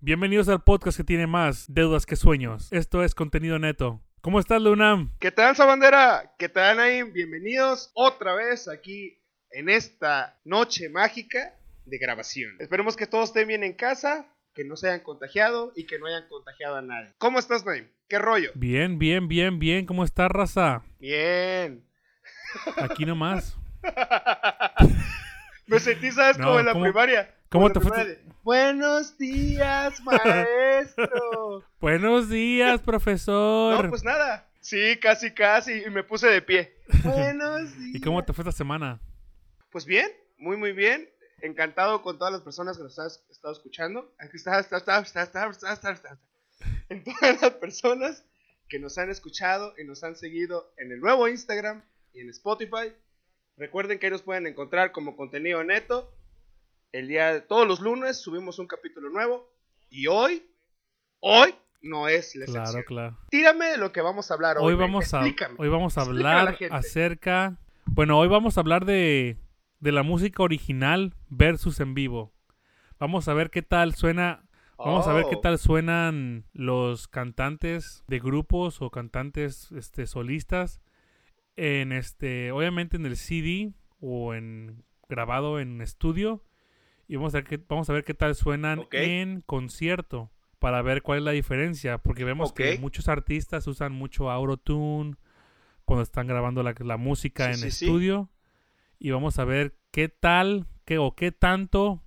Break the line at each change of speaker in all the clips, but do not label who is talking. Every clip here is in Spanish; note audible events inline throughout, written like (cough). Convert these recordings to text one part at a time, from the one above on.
Bienvenidos al podcast que tiene más deudas que sueños. Esto es contenido neto. ¿Cómo estás, Lunam?
¿Qué tal, Sabandera? ¿Qué tal, Naim? Bienvenidos otra vez aquí en esta noche mágica de grabación. Esperemos que todos estén bien en casa, que no se hayan contagiado y que no hayan contagiado a nadie. ¿Cómo estás, Naim? ¿Qué rollo?
Bien, bien, bien, bien. ¿Cómo estás, raza?
Bien.
Aquí
(laughs)
nomás.
Me sentí, ¿sabes?
No,
como en la
¿cómo-
primaria.
cómo
Como en
te
la
fue tu-
primaria de, Buenos
(laughs)
días, maestro.
Buenos días, profesor.
No, pues nada. Sí, casi, casi. Y me puse de
(laughs)
pie. Buenos días.
¿Y cómo te fue esta semana?
Pues bien, muy, muy bien. Encantado con todas las personas que nos has estado escuchando. Aquí está, está, está, está, está, está, está, está. En todas las personas que nos han escuchado y nos han seguido en el nuevo Instagram y en Spotify. Recuerden que ahí nos pueden encontrar como contenido neto. El día de todos los lunes subimos un capítulo nuevo. Y hoy, hoy no es la excepción.
Claro, claro.
Tírame de lo que vamos a hablar hoy.
Hoy
Benja,
vamos a,
Explícame.
hoy vamos a
Explícale a la
hablar
gente.
acerca. Bueno, hoy vamos a hablar de, de la música original versus en vivo. Vamos a ver qué tal suena Vamos a ver qué
Oh.
tal suenan los cantantes de grupos o cantantes este, solistas en este, obviamente en el CD o en grabado en estudio y vamos a ver qué, vamos a ver qué tal suenan
Ok.
en concierto para ver cuál es la diferencia porque vemos que
Ok.
muchos artistas usan mucho Aurotune cuando están grabando la, la música
Sí,
en
sí, sí.
estudio y vamos a ver qué tal qué o qué tanto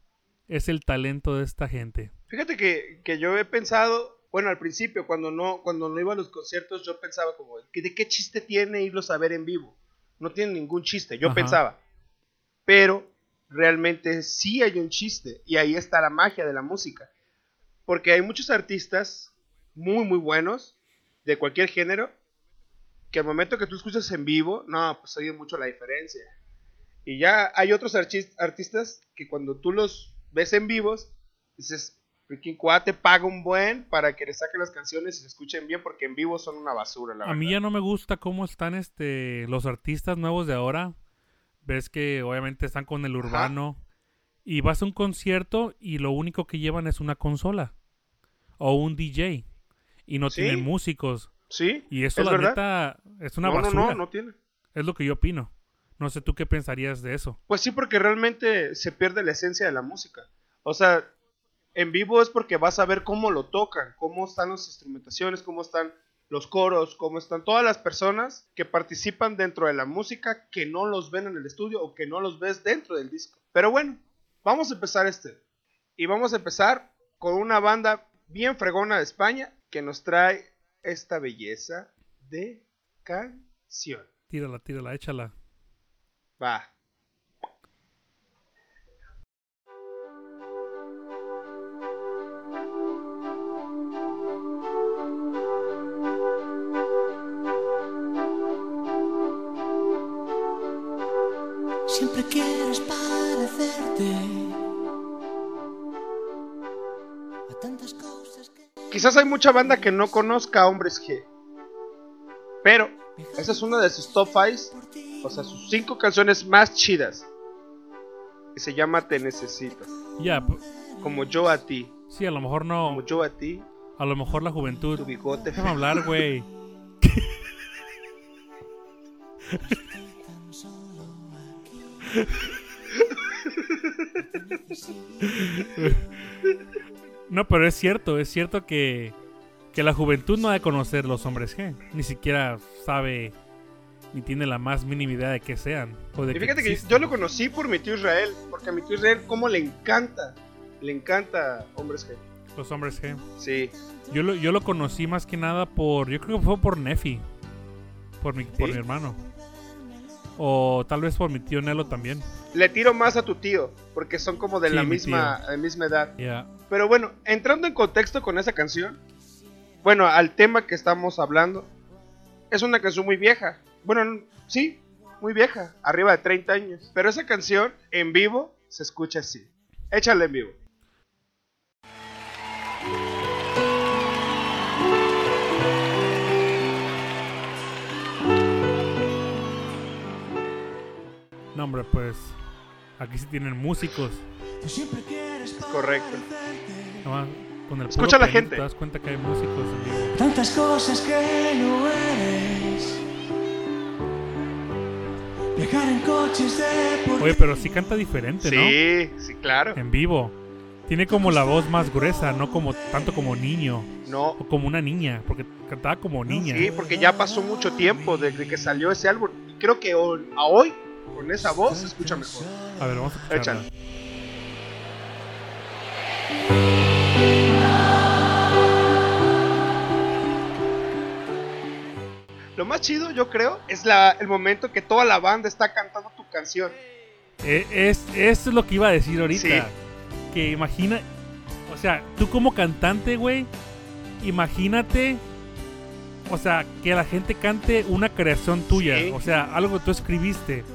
es el talento de esta gente.
Fíjate que, que yo he pensado, bueno, al principio, cuando no, cuando no iba a los conciertos, yo pensaba como, ¿que- ¿de qué chiste tiene irlos a ver en vivo? No tiene ningún chiste, yo
Ajá.
pensaba. Pero realmente sí hay un chiste, y ahí está la magia de la música. Porque hay muchos artistas muy, muy buenos, de cualquier género, que al momento que tú escuchas en vivo, no, pues oye mucho la diferencia. Y ya hay otros archis- artistas que cuando tú los ves en vivos, dices, Ricky Cuate paga un buen para que le saquen las canciones y se escuchen bien porque en vivo son una basura, la
A mí
verdad.
ya no me gusta cómo están este los artistas nuevos de ahora. Ves que obviamente están con el urbano y vas a un concierto y lo único que llevan es una consola o un DJ y no
Sí.
tienen músicos
¿Sí?
y eso
¿Es
la
verdad?
neta es una
no,
basura.
no, no, no tiene.
Es lo que yo opino. No sé tú qué pensarías de eso.
Pues sí, porque realmente se pierde la esencia de la música. O sea, en vivo es porque vas a ver cómo lo tocan, cómo están las instrumentaciones, cómo están los coros, cómo están todas las personas que participan dentro de la música que no los ven en el estudio o que no los ves dentro del disco. Pero bueno, vamos a empezar este. Y vamos a empezar con una banda bien fregona de España que nos trae esta belleza de canción.
Tírala, tírala, échala.
Va.
Siempre quieres parecerte a tantas cosas que
Quizás hay mucha banda que no conozca a Hombres G. Pero esa es una de sus top 5,
por ti
o sea, sus 5 canciones más chidas. Que se llama Te Necesito.
Ya, p-
Como yo a ti,
sí, a lo mejor no,
como yo a ti,
a lo mejor la juventud.
tu bigote.
Déjame hablar, güey.
tan solo aquí.
No, pero es cierto, es cierto que, que la juventud no ha de conocer los hombres G. Ni siquiera sabe ni tiene la más mínima idea de que sean. O de
Y
que
fíjate que
existan.
yo lo conocí por mi tío Israel, porque a mi tío Israel como le encanta, le encanta Hombres G.
Los hombres G.
Sí,
Yo lo, yo lo conocí más que nada por. Yo creo que fue por Nefi. Por mi, por
¿Sí?
mi hermano. O tal vez por mi tío Nelo también.
le tiro más a tu tío, porque son como de
Sí,
la
mi
misma, la misma edad.
Ya.
Pero bueno, entrando en contexto con esa canción, bueno, al tema que estamos hablando, es una canción muy vieja. Bueno, n- sí, muy vieja, arriba de 30 años. Pero esa canción en vivo se escucha así. Échale en vivo.
No, hombre, pues. Aquí sí tienen músicos.
Tú siempre quieres
correcto.
parecerte
Nomás Con el puro
Escucha a la
pianito
gente.
Te das cuenta que hay músicos en vivo.
Tantas cosas que no eres. Viajar en coches de por
Oye, pero sí canta diferente, ¿no? Em,
Sí, sí, claro.
En vivo. Tiene como la voz más gruesa, no como tanto como niño.
No,
O como una niña, porque cantaba como niña.
sí, porque ya pasó mucho tiempo desde que salió ese álbum. Y creo que ho- a hoy, con esa voz, se escucha mejor.
A ver, vamos a escucharla.
Échale. Lo más chido, yo creo, es la, el momento que toda la banda está cantando tu canción.
Eh, es, esto es lo que iba a decir ahorita.
Sí.
Que imagina. O sea, tú como cantante, güey. Imagínate. O sea, que la gente cante una creación tuya.
Sí.
O sea, algo que tú escribiste.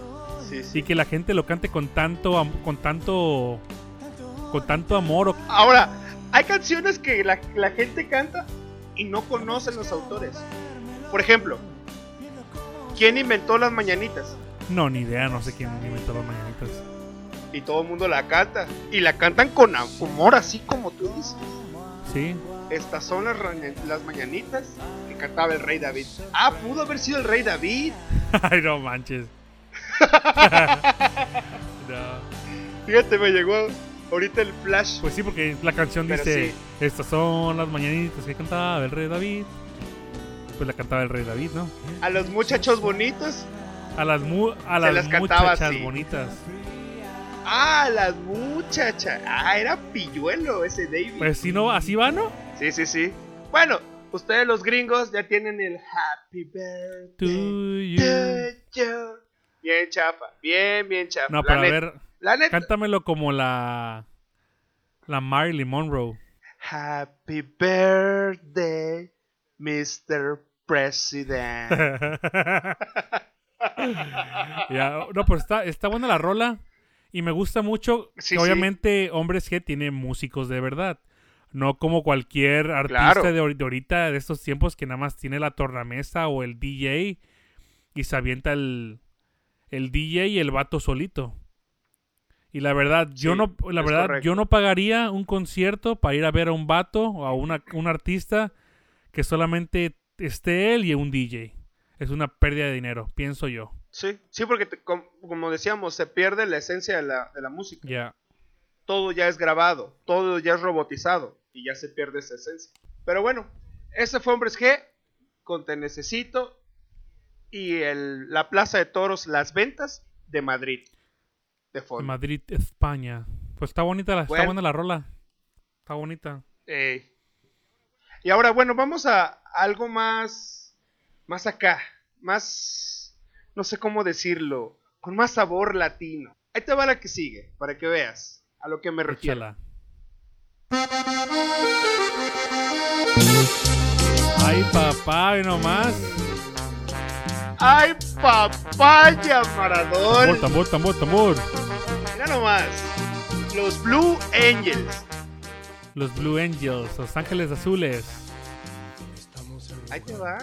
Sí, sí.
Y que la gente lo cante con tanto. am- Con tanto. Con tanto amor. o-
Ahora, hay canciones que la, la gente canta y no conocen los autores. Por ejemplo, ¿quién inventó las mañanitas?
No, ni idea, no sé quién inventó las mañanitas.
Y todo el mundo la canta. Y la cantan con a- humor, así como tú dices.
Sí. (laughs)
Estas son las, raña- las mañanitas que cantaba el rey David. Ah, pudo haber sido el rey David.
Ay,
(laughs)
no manches. (laughs) No.
Fíjate, me llegó ahorita el flash.
Pues sí, porque la canción
Pero
dice,
sí.
estas son las mañanitas que cantaba el rey David. Pues la cantaba el rey David, ¿no?
A los muchachos bonitos.
A las, mu a las,
las cantaba
muchachas
así.
bonitas.
Ah, las muchachas. Ah, era pilluelo ese David.
Pues si no, así va, ¿no?
Sí, sí, sí. Bueno, ustedes los gringos ya tienen el Happy
To
Birthday.
you.
to you. Bien chafa, bien, bien chafa.
No,
la
pero a
neta-
ver,
La neta.
cántamelo como la la Marilyn Monroe.
Happy Birthday, Mr.
(laughs)
President.
Ya, no, pues está, está buena la rola y me gusta mucho
Sí,
que
sí.
obviamente Hombres G tiene músicos de verdad. No como cualquier artista
Claro.
de, ahori- de ahorita, de estos tiempos, que nada más tiene la tornamesa o el DJ y se avienta el, el DJ y el vato solito. Y la verdad, yo
Sí,
no, la
es
verdad,
correcto.
yo no pagaría un concierto para ir a ver a un vato o a una, un artista que solamente esté él y un DJ. Es una pérdida de dinero, pienso yo.
sí, sí, porque te- com- como decíamos, se pierde la esencia de la, de la música.
Ya.
Todo ya es grabado, todo ya es robotizado y ya se pierde esa esencia. Pero bueno, ese fue Hombres G con Te Necesito y el- la Plaza de Toros Las Ventas de Madrid. De
En
fondo.
Madrid, España. Pues está bonita, la,
Bueno.
está buena la rola. Está bonita.
Ey. Y ahora, bueno, vamos a algo más. Más acá. Más. No sé cómo decirlo. Con más sabor latino. Ahí te va la que sigue, para que veas a lo que me refiero.
Échala. Ay, papá, y nomás.
¡Ay, papaya, Maradona!
Tambor, tambor, tambor, tambor.
Mira nomás. Los Blue Angels.
Los Blue Angels, Los Ángeles Azules.
Ahí te va.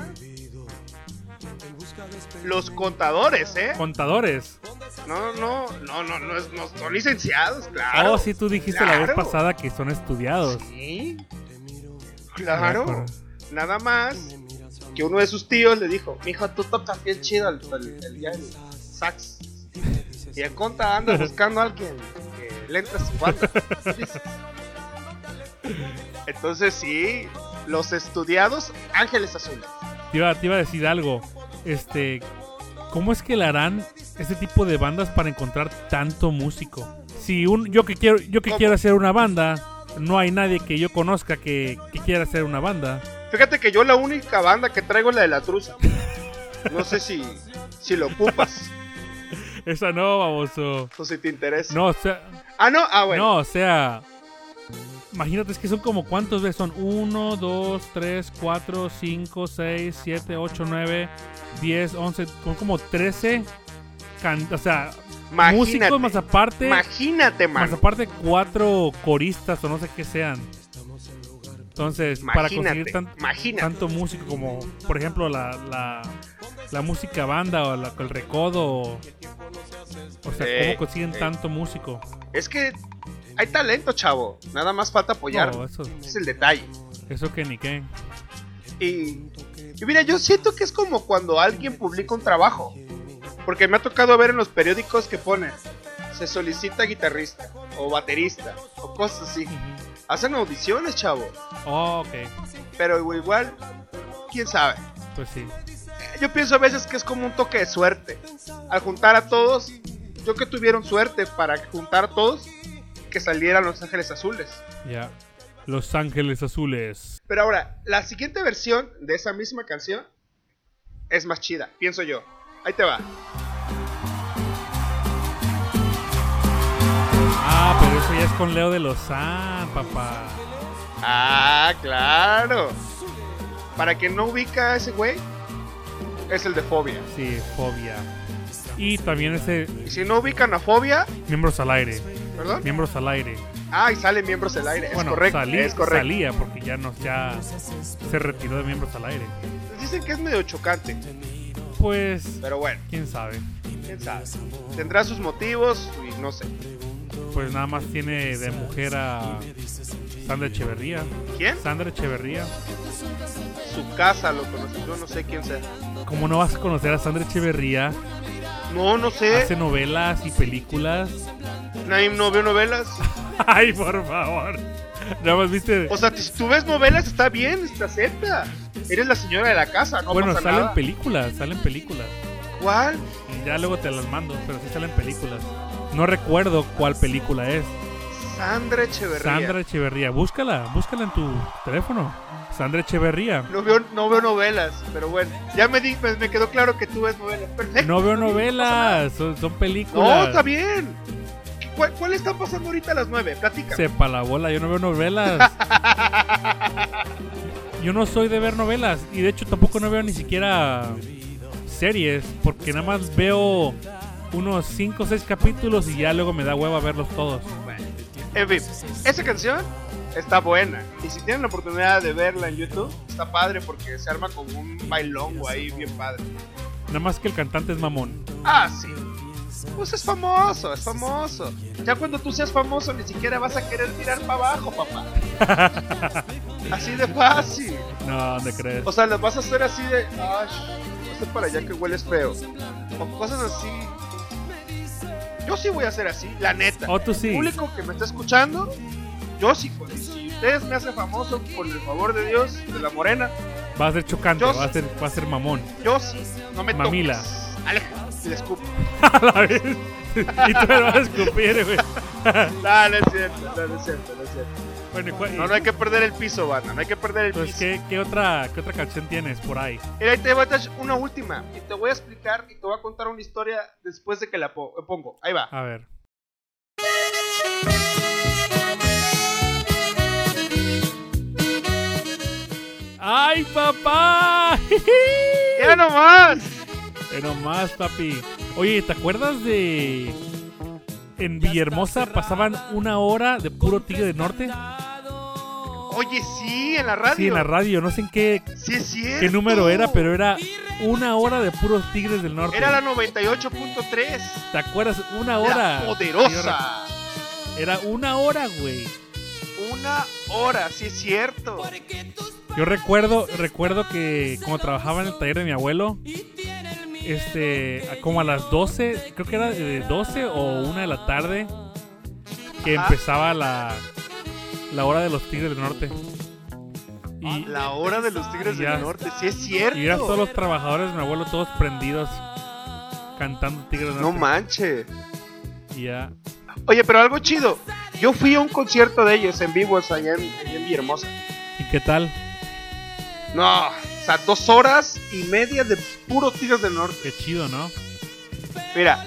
Los contadores, ¿eh?
Contadores.
No, no, no, no, no, es- no son licenciados, claro.
Oh, sí, tú dijiste la vez
Claro.
pasada que son estudiados.
Sí.
Me
Claro.
acuerdo.
Nada más que uno de sus tíos le dijo, mijo, tú tocas bien chido el, el, el- ya el sax. Y el conta anda buscando a alguien que le entre su banda. (laughs) Entonces sí, los estudiados Ángeles Azules.
Te iba, te iba a decir algo. Este, ¿cómo es que le harán este tipo de bandas para encontrar tanto músico? Si un, yo que quiero, yo que
¿Cómo?
quiero hacer una banda, no hay nadie que yo conozca que, que quiera hacer una banda.
Fíjate que yo la única banda que traigo es la de la truza. No sé si, si lo ocupas
Esa no, baboso.
o si te interesa.
No, o sea,
Ah, no, ah, bueno.
no, o sea. Imagínate, es que son como cuántos veces son 1, 2, 3, 4, 5, 6, 7, 8, 9, 10, 11, son como 13. can- o sea,
imagínate,
músicos más aparte.
imagínate,
Más
mano.
aparte, cuatro coristas o no sé qué sean. Entonces, para conseguir
Imagínate,
tan-
imagínate.
tanto músico como, por ejemplo, la, la, la música banda o la- el recodo. O, o sea,
Eh,
¿cómo consiguen
eh.
tanto músico?
Es que Hay talento, chavo. Nada más falta apoyarlo.
No, eso,
Ese Es el detalle.
eso que ni qué.
Y, y mira, yo siento que es como cuando alguien publica un trabajo. Porque me ha tocado ver en los periódicos que ponen, se solicita guitarrista o baterista o cosas así.
Ujú.
Hacen audiciones, chavo.
Oh, ok.
Pero igual, quién sabe.
Pues sí.
Yo pienso a veces que es como un toque de suerte. Al juntar a todos, yo que tuvieron suerte para juntar a todos, que salieran Los Ángeles Azules.
Ya. Los Ángeles Azules.
Pero ahora, la siguiente versión de esa misma canción es más chida, pienso yo. Ahí te va.
Ah, pero eso ya es con Leo de Lozán, papá.
Ah, claro. Para quien no ubica a ese güey, es el de Fobia.
Sí, fobia. Y también ese
Y si no ubican a Fobia,
miembros al aire.
perdón.
Miembros al aire.
Ah, y salen miembros del aire. Es
bueno,
correcto.
salí-
es correcto.
salía porque ya nos ya se retiró de miembros al aire.
Pues Dicen que es medio chocante,
Pues
pero bueno,
quién sabe.
quién sabe. Tendrá sus motivos y no sé.
Pues nada más tiene de mujer a Sandra Echeverría.
¿Quién?
Sandra Echeverría.
Su casa lo conocí. Yo no sé quién sea.
Como no vas a conocer a Sandra Echeverría,
No, no
hace
sé.
novelas y películas. (laughs)
Naim no veo novelas.
Ay, por favor. Nada más viste.
O sea, si tú ves novelas, está bien, está acepta. Eres la señora de la casa, no
bueno,
pasa
salen
nada.
películas, salen películas.
¿Cuál?
Ya luego te las mando, pero sí salen películas. No recuerdo cuál película es.
Sandra Echeverría.
Sandra Echeverría. Búscala, búscala en tu teléfono. Sandra Echeverría.
No veo, no veo novelas, pero bueno. Ya me, di, me, me quedó claro que tú ves novelas. Perfecto.
No veo
está bien,
novelas, son,
no pasa nada.
son
No,
películas.
está bien. ¿Cuál, cuál está pasando ahorita a las nueve? Platica.
Sepa la bola, yo no
(laughs)
veo novelas. yo no soy de ver novelas y de hecho tampoco no veo ni siquiera series porque nada más veo unos 5 o 6 capítulos y ya luego me da hueva verlos todos.
Bueno, En fin, esa canción está buena. Y si tienen la oportunidad de verla en YouTube, está padre porque se arma como un bailongo ahí bien padre.
Nada más que el cantante es mamón.
Ah, sí. Pues es famoso, es famoso. Ya cuando tú seas famoso ni siquiera vas a querer tirar para abajo,
(laughs)
papá. Así de fácil.
No, ¿dónde crees?
O sea, les vas a hacer así de... Ay, hazte para allá que hueles feo. O cosas así. Yo sí voy a hacer así, la neta.
Oh, tú sí.
público que me está escuchando, yo sí, pues, si ustedes me hacen famoso, por el favor de Dios, de la morena,
Va a ser chocante,
Yo-
va a ser, va a ser mamón. (laughs)
yo sí, no me
Mamila.
toques. Aleja, y le escupo.
A la vez. y tú me lo vas a escupir, güey.
No, no es cierto, no, no es cierto, no es cierto.
Bueno, y cuál-
No, no hay que perder el piso, banda, no hay que perder el
Entonces,
piso.
¿qué, qué otra, ¿qué otra canción tienes por ahí?
Mira, ahí te voy a echar una última, y te voy a explicar y te voy a contar una historia después de que la po- pongo. Ahí va.
A ver. ¡Ay, papá! (laughs)
¡Ya nomás!
Pero más, papi. Oye, ¿te acuerdas de. En Villahermosa pasaban una hora de puro Tigre del Norte?
Oye, sí, en la radio.
Sí, en la radio. No sé en qué,
Sí, es cierto.
qué número era, pero era una hora de puros Tigres del Norte.
Era la 98.3.
¿Te acuerdas? Una hora.
La poderosa.
Era una hora, güey.
Una hora, sí es cierto.
Yo recuerdo, recuerdo que cuando trabajaba en el taller de mi abuelo, este, a- como a las 12, creo que era de 12 o 1 de la tarde, que
Ajá.
empezaba la, la hora de los Tigres del Norte. Y,
Ah, La hora de los Tigres
Ya.
del Norte, sí es cierto.
y eran todos los trabajadores de mi abuelo, todos prendidos, cantando Tigres del
No
Norte.
manches.
Y ya,
Oye, pero algo chido. Yo fui a un concierto de ellos en vivo allá en, allá en Villahermosa.
¿Y qué tal?
No, o sea, dos horas y media de puros Tigres del Norte.
Qué chido, ¿no?
Mira,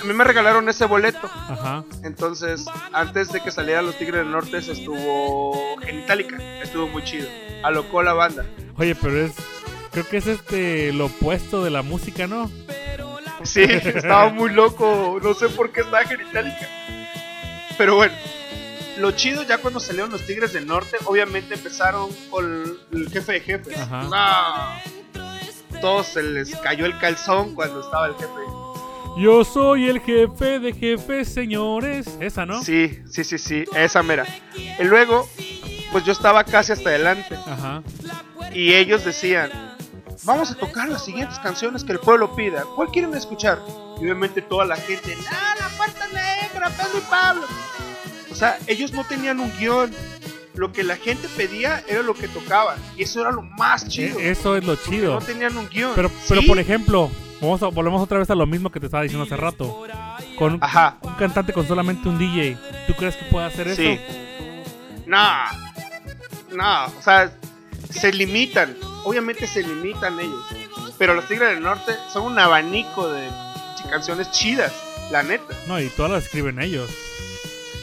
a mí me regalaron ese boleto.
Ajá.
Entonces, antes de que salieran los Tigres del Norte, se estuvo en Itálica. Estuvo muy chido. Alocó la banda.
Oye, pero es, creo que es este, lo opuesto de la música, ¿no?
Sí, (laughs) estaba muy loco. No sé por qué estaba genitalica. Pero bueno, lo chido ya cuando salieron los Tigres del Norte, obviamente empezaron con el jefe de jefes. Ah,
Ajá.
No. Todos se les cayó el calzón cuando estaba el jefe.
Yo soy el jefe de jefes, señores. Esa, ¿no?
Sí, sí, sí, sí, esa mera. Y luego, pues yo estaba casi hasta adelante.
Ajá.
Y ellos decían, vamos a tocar las siguientes canciones que el pueblo pida. ¿Cuál quieren escuchar? Y obviamente toda la gente, ¡Ah, la puerta negra, Pedro y Pablo! O sea, ellos no tenían un guión. Lo que la gente pedía era lo que tocaban. Y eso era lo más chido.
E- Eso es lo
porque
chido.
No tenían un guión.
Pero, pero
Sí,
por ejemplo, vamos a- volvemos otra vez a lo mismo que te estaba diciendo hace rato. Con un,
Ajá.
un cantante con solamente un DJ. ¿Tú crees que puede hacer eso?
Sí. No. No. O sea, se limitan. Obviamente se limitan ellos. Pero los Tigres del Norte son un abanico de ch- canciones chidas. La neta.
No, y todas las escriben ellos.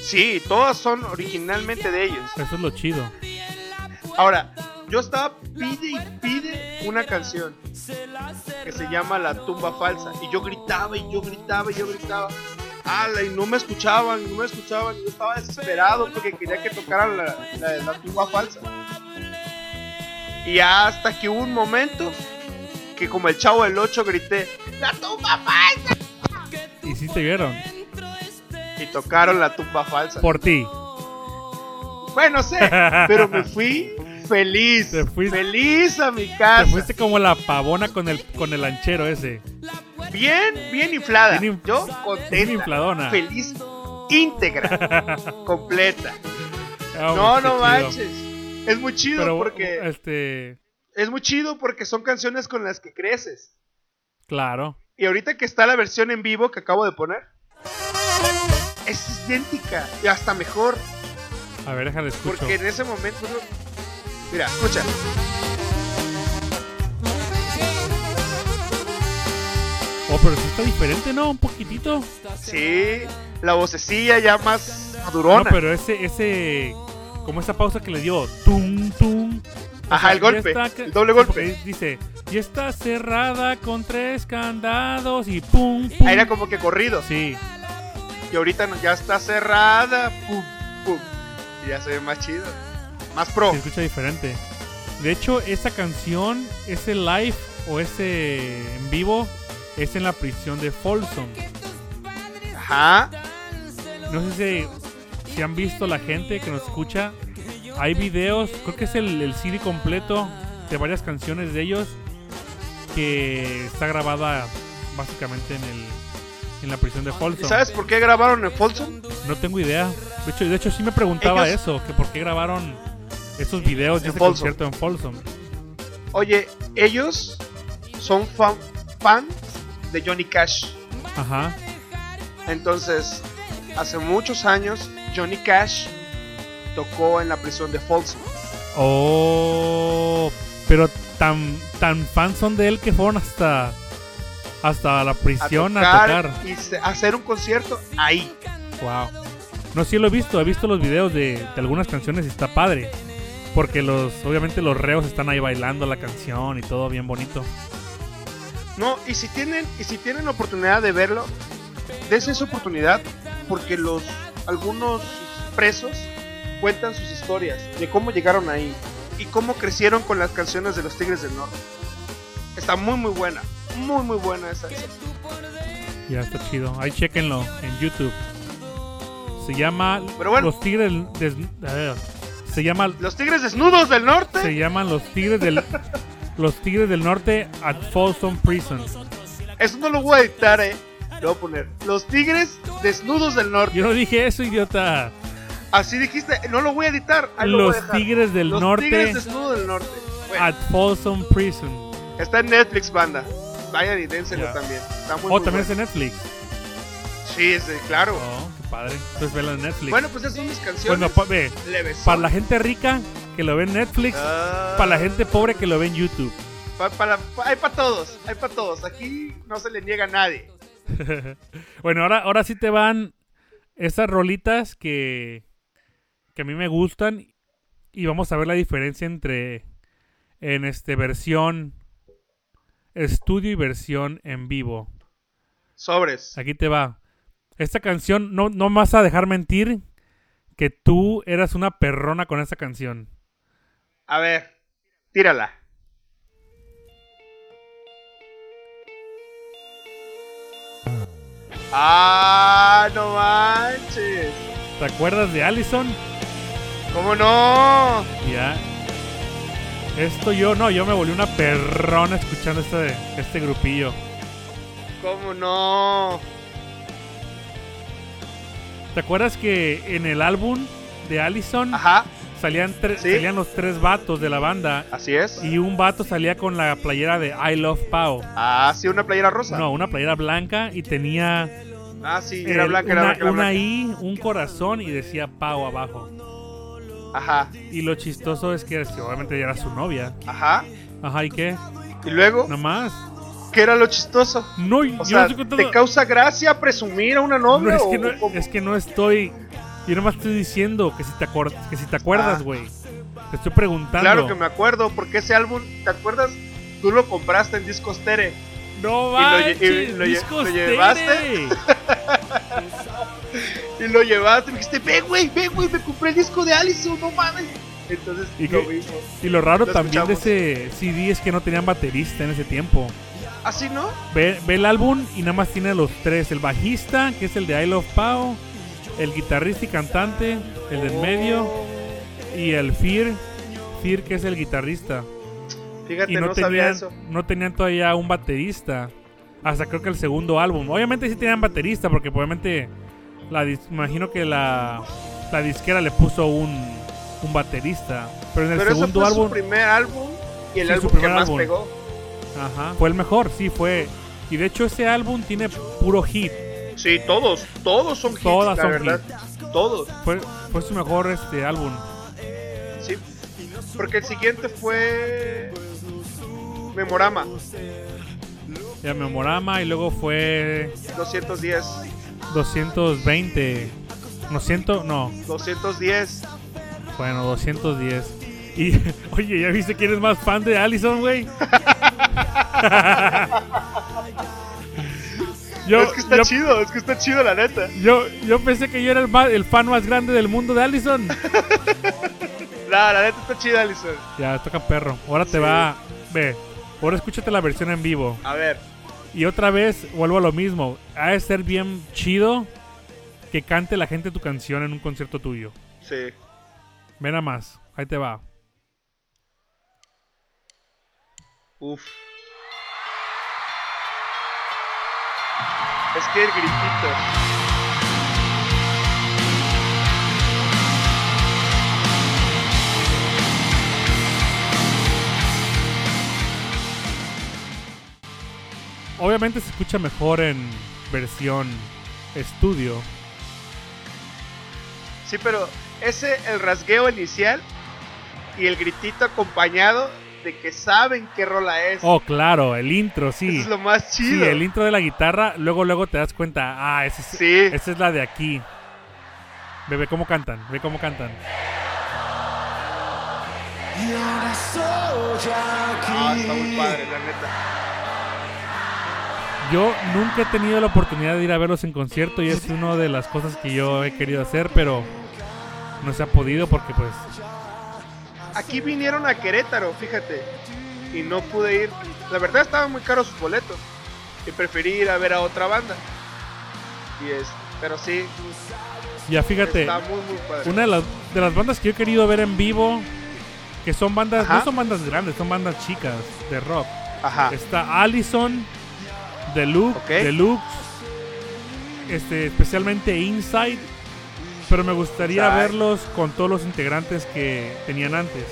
Sí, todas son originalmente de ellos.
Eso es lo chido.
Ahora, yo estaba pide y pide una canción que se llama La tumba falsa y yo gritaba y yo gritaba y yo gritaba. Ala, y no me escuchaban, no me escuchaban, yo estaba desesperado porque quería que tocaran la, la, la tumba falsa. Y hasta que hubo un momento que como el chavo del 8 grité, ¡La tumba falsa!
Y sí te vieron.
Y tocaron la tumba falsa.
Por ti.
Bueno,
(laughs)
sé, pero me fui feliz.
Te fuiste-
Feliz a mi
Te
casa.
fuiste como la pavona con el, con el anchero ese.
Bien, bien inflada.
Bien inf-
Yo contenta.
bien infladona.
Feliz,
(laughs)
íntegra, completa.
Ah,
No, no
qué chido.
manches. Es muy chido
Pero
porque
este,
es muy chido porque son canciones con las que creces.
claro.
Y ahorita que está la versión en vivo que acabo de poner, es idéntica y hasta mejor
A ver, déjale escucho.
porque en ese momento uno- Mira, escucha.
Oh, pero sí está diferente, ¿no? Un poquitito.
Sí, la vocecilla ya más
No,
madurona.
pero ese, ese, como esa pausa que le dio, tum, tum. O
Ajá,
sea,
el golpe,
ya está-
el doble
sí, porque
golpe.
Dice, y está cerrada con tres candados y pum, pum.
Ahí era como que corrido.
Sí,
Y ahorita no- ya está cerrada. Pum, pum. Y ya se ve más chido. Más pro.
se escucha diferente. De hecho, esa canción, ese live o ese en vivo, es en la prisión de Folsom.
Ajá.
No sé si, si han visto la gente que nos escucha. Hay videos, creo que es el, el CD completo de varias canciones de ellos que está grabada básicamente en el en la prisión de
¿Y
Folsom.
sabes por qué grabaron en Folsom?
No tengo idea. De hecho, de hecho sí me preguntaba
Ellos-
eso, que por qué grabaron esos videos de
En
ese
Folsom.
concierto en Folsom.
Oye, ellos son fan, fans de Johnny Cash.
Ajá.
Entonces, hace muchos años, Johnny Cash tocó en la prisión de Folsom.
Oh, pero tan tan fans son de él que fueron hasta hasta la
A
prisión A tocar.
tocar y se- hacer un concierto ahí.
Wow. No, sí lo he visto, he visto los videos de, de algunas canciones y está padre. Porque los, obviamente los reos están ahí bailando la canción y todo bien bonito.
No, y si tienen, y si tienen la oportunidad de verlo, des esa oportunidad, porque los algunos presos cuentan sus historias de cómo llegaron ahí y cómo crecieron con las canciones de los Tigres del Norte. Está muy muy buena, muy muy buena esa. esa.
Ya está chido. Ahí chequenlo en YouTube. Se llama
Pero bueno.
Los Tigres des- eh, se llama
Los Tigres Desnudos del Norte.
se llaman Los Tigres del Los Tigres del Norte at Folsom Prison.
Eso no lo voy a editar, eh. Lo voy a poner. Los Tigres Desnudos del Norte.
Yo no dije eso, idiota.
Así dijiste, no lo voy a editar. ahí lo voy a
Los
dejar.
Tigres del
Los
Norte
Tigres Desnudos del Norte. Bueno.
at Folsom Prison.
Está en Netflix, banda. Vayan y dénselo
Ya.
también. Está muy,
Oh,
muy
también es
bueno.
de Netflix.
Sí, sí, claro.
Oh, qué padre. Entonces vela en Netflix.
Bueno, pues esas son mis canciones.
Bueno, pa- ve,
leves.
para la gente rica que lo ve en Netflix,
Ah.
para la gente pobre que lo ve en YouTube.
Pa- para- pa- hay para todos, hay para todos. Aquí no se le niega a nadie.
Bueno, ahora, ahora sí te van esas rolitas que, que a mí me gustan y vamos a ver la diferencia entre en este versión estudio y versión en vivo.
Sobres.
Aquí te va. Esta canción, no, no me vas a dejar mentir que tú eras una perrona con esta canción.
A ver, tírala. Ah, no manches.
¿Te acuerdas de Allison?
¿Cómo no?
Ya. Esto yo no, yo me volví una perrona escuchando este, este grupillo.
¿Cómo no?
¿Te acuerdas que en el álbum de Allison
Ajá,
salían, tre-
Sí.
salían los tres vatos de la banda?
así es.
Y un vato salía con la playera de I Love Pau.
Ah, sí, una playera rosa.
No, una playera blanca y tenía
Ah, sí, era
el-
blanca,
Eh, una,
era blanca, era
una
blanca.
I, un corazón y decía Pau abajo.
Ajá,
Y lo chistoso es que sí, obviamente era su novia.
ajá.
Ajá, ¿y qué?
Y luego,
Nada más.
¿qué era lo chistoso?
No, yo
O sea,
no estoy
¿te
contando-
causa gracia presumir a una
No,
novia?
es
o
que no,
cómo?
es que no estoy. Yo nomás estoy diciendo que si te, acor- que si te acuerdas,
Ah.
güey. Te estoy preguntando.
Claro que me acuerdo, porque ese álbum, ¿te acuerdas? Tú lo compraste en discos Tere.
No
Y lo lle-
manches,
y lo lle-
discos
lo llevaste.
Tere.
Y lo llevaste y me dijiste, ve, güey, ve, güey, me compré el disco de Allison, no mames. Entonces,
¿Y
lo
qué?
mismo.
Y lo raro
(laughs) Lo
también de ese CD es que no tenían baterista en ese tiempo.
¿Así ¿Ah, no?
Ve, ve el álbum y nada más tiene los tres: el bajista, que es el de I Love Pau, el guitarrista y cantante, el
Oh.
del medio, y el Fear, Fear que es el guitarrista.
Fíjate,
y no,
no, sabía
tenían,
eso.
no tenían todavía un baterista. Hasta creo que el segundo álbum. Obviamente sí tenían baterista, porque obviamente la dis- me imagino que la, la disquera le puso un, un baterista. Pero en el
Pero ese
segundo
fue
álbum
su primer álbum y el
Sí, su
álbum que
primer
más
álbum.
pegó.
ajá, fue el mejor, sí, fue. Y de hecho ese álbum tiene puro hit.
Sí, todos, todos son hits,
Todas
la
son
verdad. Todos,
Fue, fue su mejor este álbum.
sí. Porque el siguiente fue. Memorama,
Ya Memorama y luego fue
210.
220. No, 100, no,
210.
Bueno, 210. Y, (laughs) oye, ¿ya viste quién es más fan de Allison, güey? (laughs) yo,
es que está
yo,
chido, es que está chido, la neta.
yo, yo pensé que yo era el, ma- el fan más grande del mundo de Allison.
La, la neta está chida, Alison.
ya, toca perro. Ahora te
Sí.
va. Ve, ahora escúchate la versión en vivo.
A ver,
Y otra vez vuelvo a lo mismo. Ha de ser bien chido que cante la gente tu canción en un concierto tuyo.
sí.
Ven a más. Ahí te va.
Uf. Es que el gritito.
Obviamente se escucha mejor en versión estudio.
Sí, pero ese, el rasgueo inicial y el gritito acompañado de que saben qué rola es.
Oh, claro, el intro,
Eso
sí.
es lo más
Sí,
chido.
el intro de la guitarra, luego luego te das cuenta, ah, esa es,
Sí.
esa es la de aquí. Ve, ve cómo cantan, ve cómo cantan.
Y ahora soy aquí.
Ah, está muy padre, la neta.
Yo nunca he tenido la oportunidad de ir a verlos en concierto y es una de las cosas que yo he querido hacer, pero no se ha podido porque pues
Aquí vinieron a Querétaro, fíjate. Y no pude ir. La verdad estaban muy caros sus boletos. Y preferí ir a ver a otra banda. Y es, pero sí,
ya fíjate,
está muy muy padre.
una de las, de las bandas que yo he querido ver en vivo, que son bandas,
Ajá.
no son bandas grandes, son bandas chicas de rock.
Ajá.
Está Allison, Deluxe,
Ah. Ok.
Deluxe, este, especialmente Inside. Pero me gustaría
Inside.
verlos con todos los integrantes que tenían antes.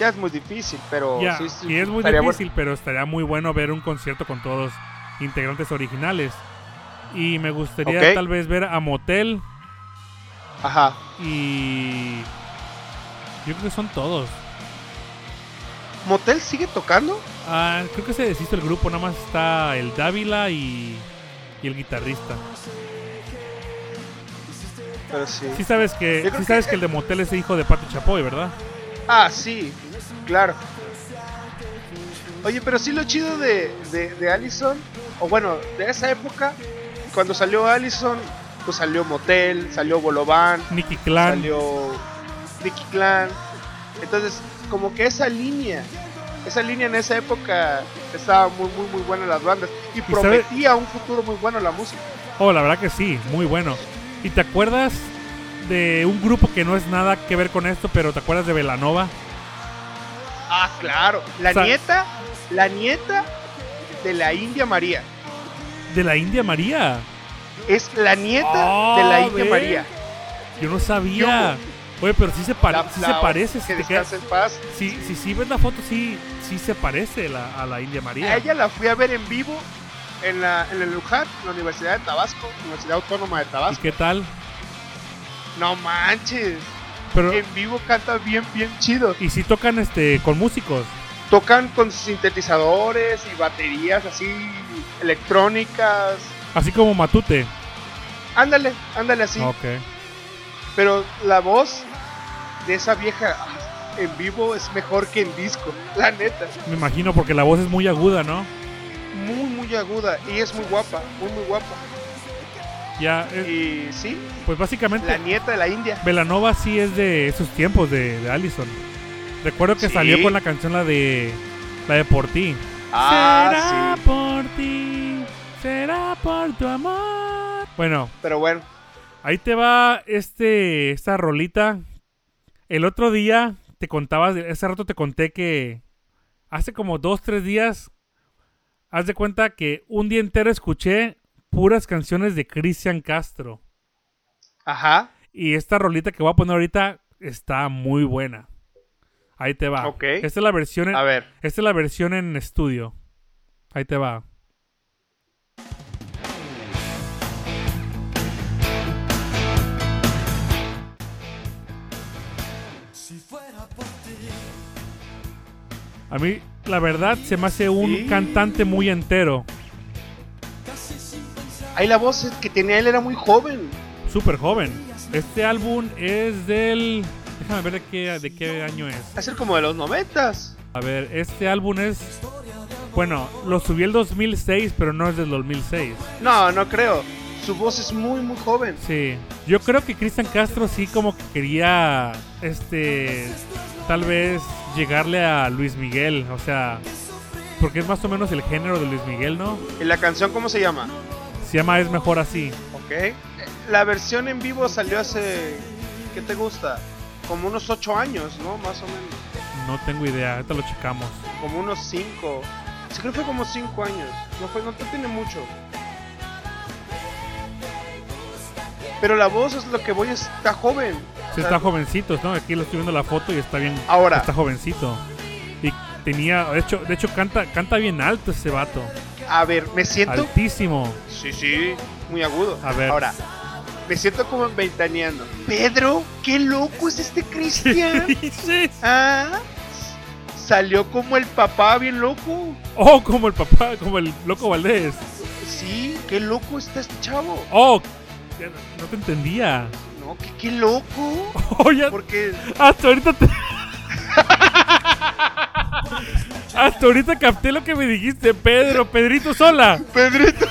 Ya es muy difícil, pero
ya,
Oh, sí, sí,
y es muy
estaría bueno.
difícil, pero estaría muy bueno ver un concierto con todos los integrantes originales. Y me gustaría
Ok.
tal vez ver a Motel
Ajá.
y... Yo creo que son todos.
¿Motel sigue tocando?
Ah, creo que se deshizo el grupo, nada más está el Dávila y, y el guitarrista.
Pero sí.
Sí sabes que,
Yo creo
sí sabes
que-
que el de Motel es hijo de Pato Chapoy, ¿verdad?
Ah, sí, claro. Oye, pero sí lo chido de, de, de Allison, o bueno, de esa época, cuando salió Allison, pues salió Motel, salió Bolovan,
Nicky Clan.
salió Nicky Clan. Entonces, como que esa línea, esa línea en esa época estaba muy, muy, muy buena las bandas y,
sabe-
prometía un futuro muy bueno a la música.
Oh, la verdad que sí, muy bueno. ¿Y te acuerdas de un grupo que no es nada que ver con esto, pero te acuerdas de Velanova?
Ah, claro. La
O sea-
nieta, la nieta de la India María.
De la India María.
Es la nieta
Ah,
de la India
ve.
María.
Yo no sabía. Oye, pero sí se, pare-
La-
sí
la-
se parece.
Que
Si, te quedas-
descanse en paz.
si, si, si ves la foto, sí, sí se parece la- a la India María.
A ella la fui a ver en vivo en, la, en el UJAT, la Universidad de Tabasco, Universidad Autónoma de
¿Y
Tabasco.
qué tal?
No manches,
Pero,
en vivo canta bien, bien chido.
y si tocan este con músicos.
Tocan con sintetizadores y baterías así, electrónicas.
Así como Matute.
Ándale, ándale así.
Ok.
Pero la voz de esa vieja ah, en vivo es mejor que en disco, la neta.
Me imagino porque la voz es muy aguda, ¿no?
Muy, muy aguda y es muy guapa, muy, muy guapa.
Ya, eh,
Y sí,
pues
la
básicamente
nieta de la India.
Velanova sí es de esos tiempos de, de Allison. Recuerdo que
Sí.
salió con la canción la de la de Por ti. será
Ah, sí.
por ti, será por tu amor. Bueno,
Pero bueno,
ahí te va este esta rolita. El otro día te contabas, hace rato te conté que hace como dos, tres días, haz de cuenta que un día entero escuché puras canciones de Cristian Castro.
ajá.
Y esta rolita que voy a poner ahorita está muy buena. Ahí te va.
Ok.
Esta es la versión en,
A ver.
esta es la versión en estudio. Ahí te va.
Si fuera por ti.
A mí, la verdad, se me hace un
Sí.
cantante muy entero.
Ahí la voz que tenía él era muy joven.
Súper joven. Este álbum es del... Déjame ver de qué, de qué año es.
Hace como de los noventas.
A ver, este álbum es... Bueno, lo subí el 2006, pero no es del 2006.
No, no creo. Su voz es muy, muy joven.
Sí, yo creo que Cristian Castro sí como que quería, este, tal vez llegarle a Luis Miguel, o sea, porque es más o menos el género de Luis Miguel, ¿no?
¿Y la canción cómo se llama?
Se llama Es Mejor Así.
Ok. La versión en vivo salió hace... ¿Qué te gusta? Como unos ocho años, ¿no? Más o menos.
No tengo idea, ahorita lo checamos.
Como unos cinco. Sí, creo que fue como cinco años. No fue, no tiene mucho. Pero la voz es lo que voy, está joven.
Sí,
O sea,
está jovencito, ¿no? Aquí lo estoy viendo la foto y está bien,
Ahora.
está jovencito. Y tenía, de hecho, de hecho canta, canta bien alto ese vato,
A ver, me siento
altísimo.
Sí, sí, muy agudo.
A ver.
Ahora, me siento como ventaneando. Pedro, qué loco es este
(laughs)
Cristian. ah, salió como el papá bien loco.
Oh, como el papá, como el loco Valdés.
Sí, qué loco está este chavo.
Oh, ya no- no te entendía. (laughs)
No, qué, qué loco.
Oh, ya-
Porque
hasta ahorita te- (laughs) Hasta ahorita capté lo que me dijiste, Pedro, Pedrito Sola.
Pedrito.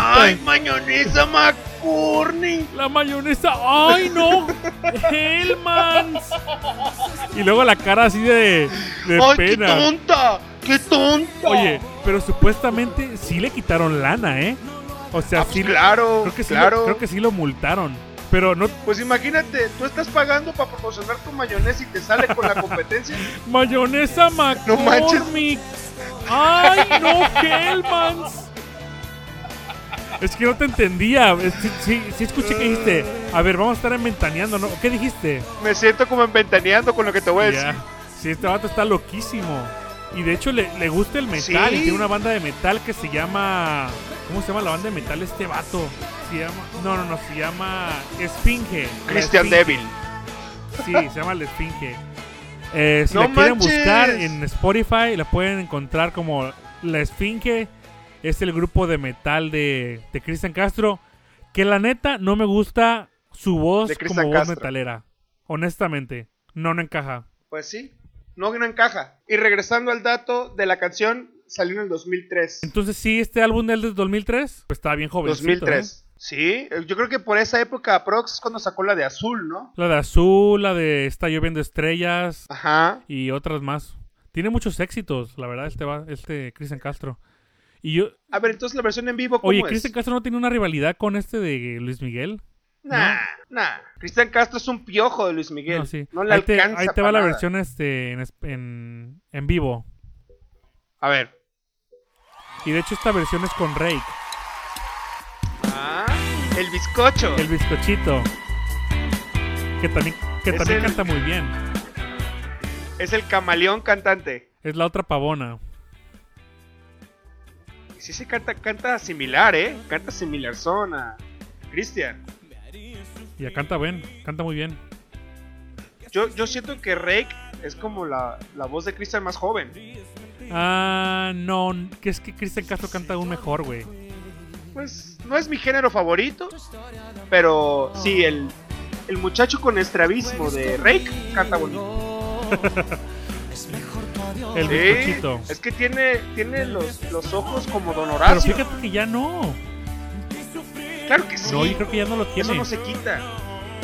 Ay,
Esta-
mayonesa McCorney.
La mayonesa, ay no, Hellmans. Y luego la cara así de, de
Ay, qué
pena.
tonta. Qué tonta. Ah,
Oye, pero supuestamente sí le quitaron lana, ¿eh? O sea,
Ah, pues
sí,
claro,
creo que sí lo-
claro.
creo que sí lo multaron. Pero no,
Pues imagínate, tú estás pagando para proporcionar tu mayonesa y te sale con la
(laughs)
competencia.
Mayonesa
No manches.
McCormick. Ay,
(laughs)
no, Hellmans. Es que no te entendía. Es- Sí, sí, sí escuché que dijiste. A ver, vamos a estar inventaneando, ¿no? ¿Qué dijiste?
Me siento como ventaneando con lo que te voy a decir.
Ya. Sí, este vato está loquísimo. Y de hecho le, le gusta el metal.
Sí.
Y tiene una banda de metal que se llama. ¿Cómo se llama la banda de metal este vato? Se llama. No, no, no, se llama Esfinge. La
Christian
Esfinge.
Devil.
Sí, se llama La Esfinge. Eh, si
¡No
la quieren
manches!
buscar en Spotify, la pueden encontrar como La Esfinge. Es el grupo de metal de, de Cristian Castro. Que la neta no me gusta su voz
De Cristian
como voz
Castro.
metalera. Honestamente, no, no encaja.
Pues sí, no, no encaja. Y regresando al dato de la canción, salió en el 2003.
Entonces, sí, este álbum del de 2003, pues estaba bien joven.
2003. Sí, eh, yo creo que por esa época Prox es cuando sacó la de azul, ¿no?
La de Azul, la de Está lloviendo estrellas
Ajá.
y otras más. Tiene muchos éxitos, la verdad, este, va, este Cristian Castro. Y yo,
A ver, entonces la versión en vivo, ¿cómo
oye,
es?
Cristian Castro no tiene una rivalidad con este de Luis Miguel.
Nah, nah. Cristian Castro es un piojo de Luis Miguel.
No, sí.
No le
ahí te,
alcanza
ahí te va
pa'
la
nada.
versión este en, es- en, en vivo.
A ver.
Y de hecho esta versión es con Rake,
Ah, el bizcocho.
el bizcochito. Que también, que
Es
también
el-
canta muy bien.
Es el camaleón cantante.
Es la otra pavona.
Y Sí se canta, canta similar, ¿eh? Canta similar zona. Cristian.
Y ya canta bien, canta muy bien.
Yo, yo siento que Rake es como la, la voz de Cristian más joven.
Ah, no, que es que Cristian Castro canta aún mejor, güey.
Pues no es mi género favorito, pero sí, el, el muchacho con estrabismo de Rake canta bonito.
Es mejor tu adiós.
El
Sí,
bizcochito.
es que tiene, tiene los, los ojos como Don
Pero
Horacio.
fíjate que ya no.
Claro que sí.
No, yo creo que ya no lo
Eso
tiene.
no se quita.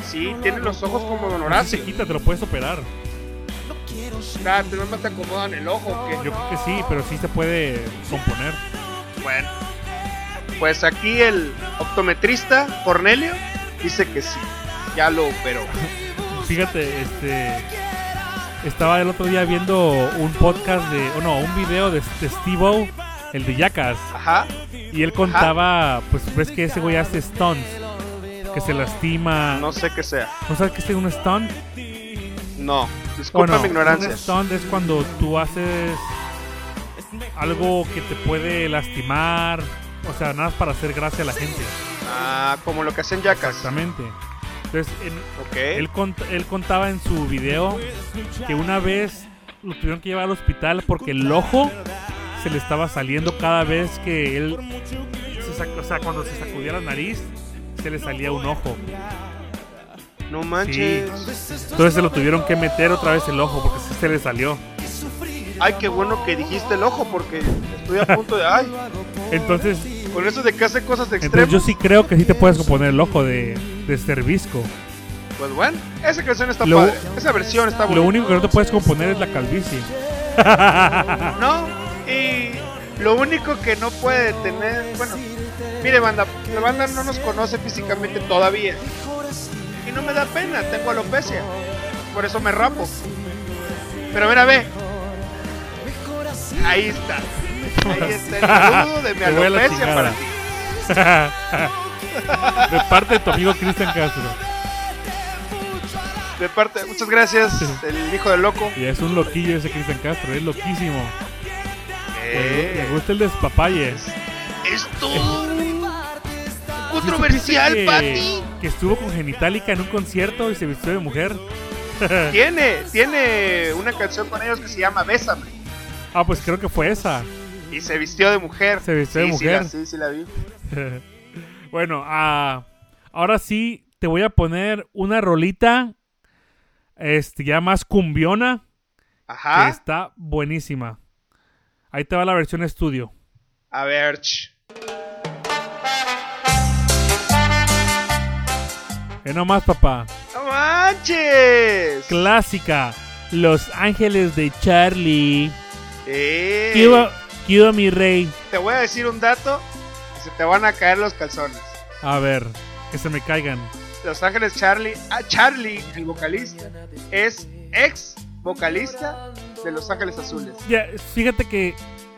Sí, tiene los ojos como Don
No se
Horacio.
quita, te lo puedes operar.
No quiero ser
Claro, pero no te acomodan el ojo. ¿o qué?
Yo creo que sí, pero sí se puede componer.
Bueno, pues aquí el optometrista Cornelio dice que sí, ya lo operó.
Fíjate, este. Estaba el otro día viendo un podcast de. O no, un video de, de Steve-O, el de Yacas.
Ajá,
Y él contaba, pues ves que ese güey hace stunts. Que se lastima.
no sé qué sea.
¿No sabes qué es un stunt?
No,
¿O
disculpa
Oh, no?
mi ignorancia.
Un stunt es cuando tú haces algo que te puede lastimar. O sea, nada más para hacer gracia a la gente.
Ah, como lo que hacen yacas.
Exactamente. Entonces, en-
Ok.
él, cont- él contaba en su video que una vez lo tuvieron que llevar al hospital porque el ojo se le estaba saliendo cada vez que él, se sac- o sea, cuando se sacudía la nariz, se le salía un ojo.
No manches.
Entonces se lo tuvieron que meter otra vez el ojo porque sí se le salió.
Ay, qué bueno que dijiste el ojo porque estoy a punto de... Ay,
Entonces,
con eso de que hace cosas
entonces
extremas.
yo sí creo que sí te puedes componer el ojo de, de este cervisco.
Pues bueno, esa canción está
Lo-
padre. Esa versión está
Lo
bonita.
único que no te puedes componer es la calvicie. (laughs)
No, y lo único que no puede tener, bueno, mire banda, la banda no nos conoce físicamente todavía. Y no me da pena, tengo alopecia. Por eso me rapo. Pero mira, ve. Ahí está. Ahí está
(laughs)
el saludo de mi
Te voy a la
alopecia para
chingada.
ti.
de parte de tu amigo Cristian Castro.
De parte, muchas gracias, el hijo del loco.
Y es un loquillo ese Cristian Castro, es loquísimo. Le,
Eh,
le gusta el despapalle.
es todo controversial,
Que-
Pati.
Que estuvo con Genitalica en un concierto y se vistió de mujer.
Tiene, tiene una canción con ellos que se llama Bésame.
Ah, pues creo que fue esa.
Y se vistió de mujer.
Se vistió de
Sí,
mujer.
Sí, la, sí, sí la vi.
bueno, ah, ahora sí te voy a poner una rolita este, ya más cumbiona que
Ajá.
está buenísima. Ahí te va la versión estudio.
A ver. ch.
Eh, nomás, papá.
¡No manches!
Clásica. Los Ángeles de Charlie.
Eh,
¿Qué hubo- qué hubo, mi rey?
Te voy a decir un dato y se te van a caer los calzones.
A ver, que se me caigan.
Los Ángeles Charlie. Ah, Charlie, el vocalista, es ex vocalista de Los Ángeles Azules.
Ya, fíjate que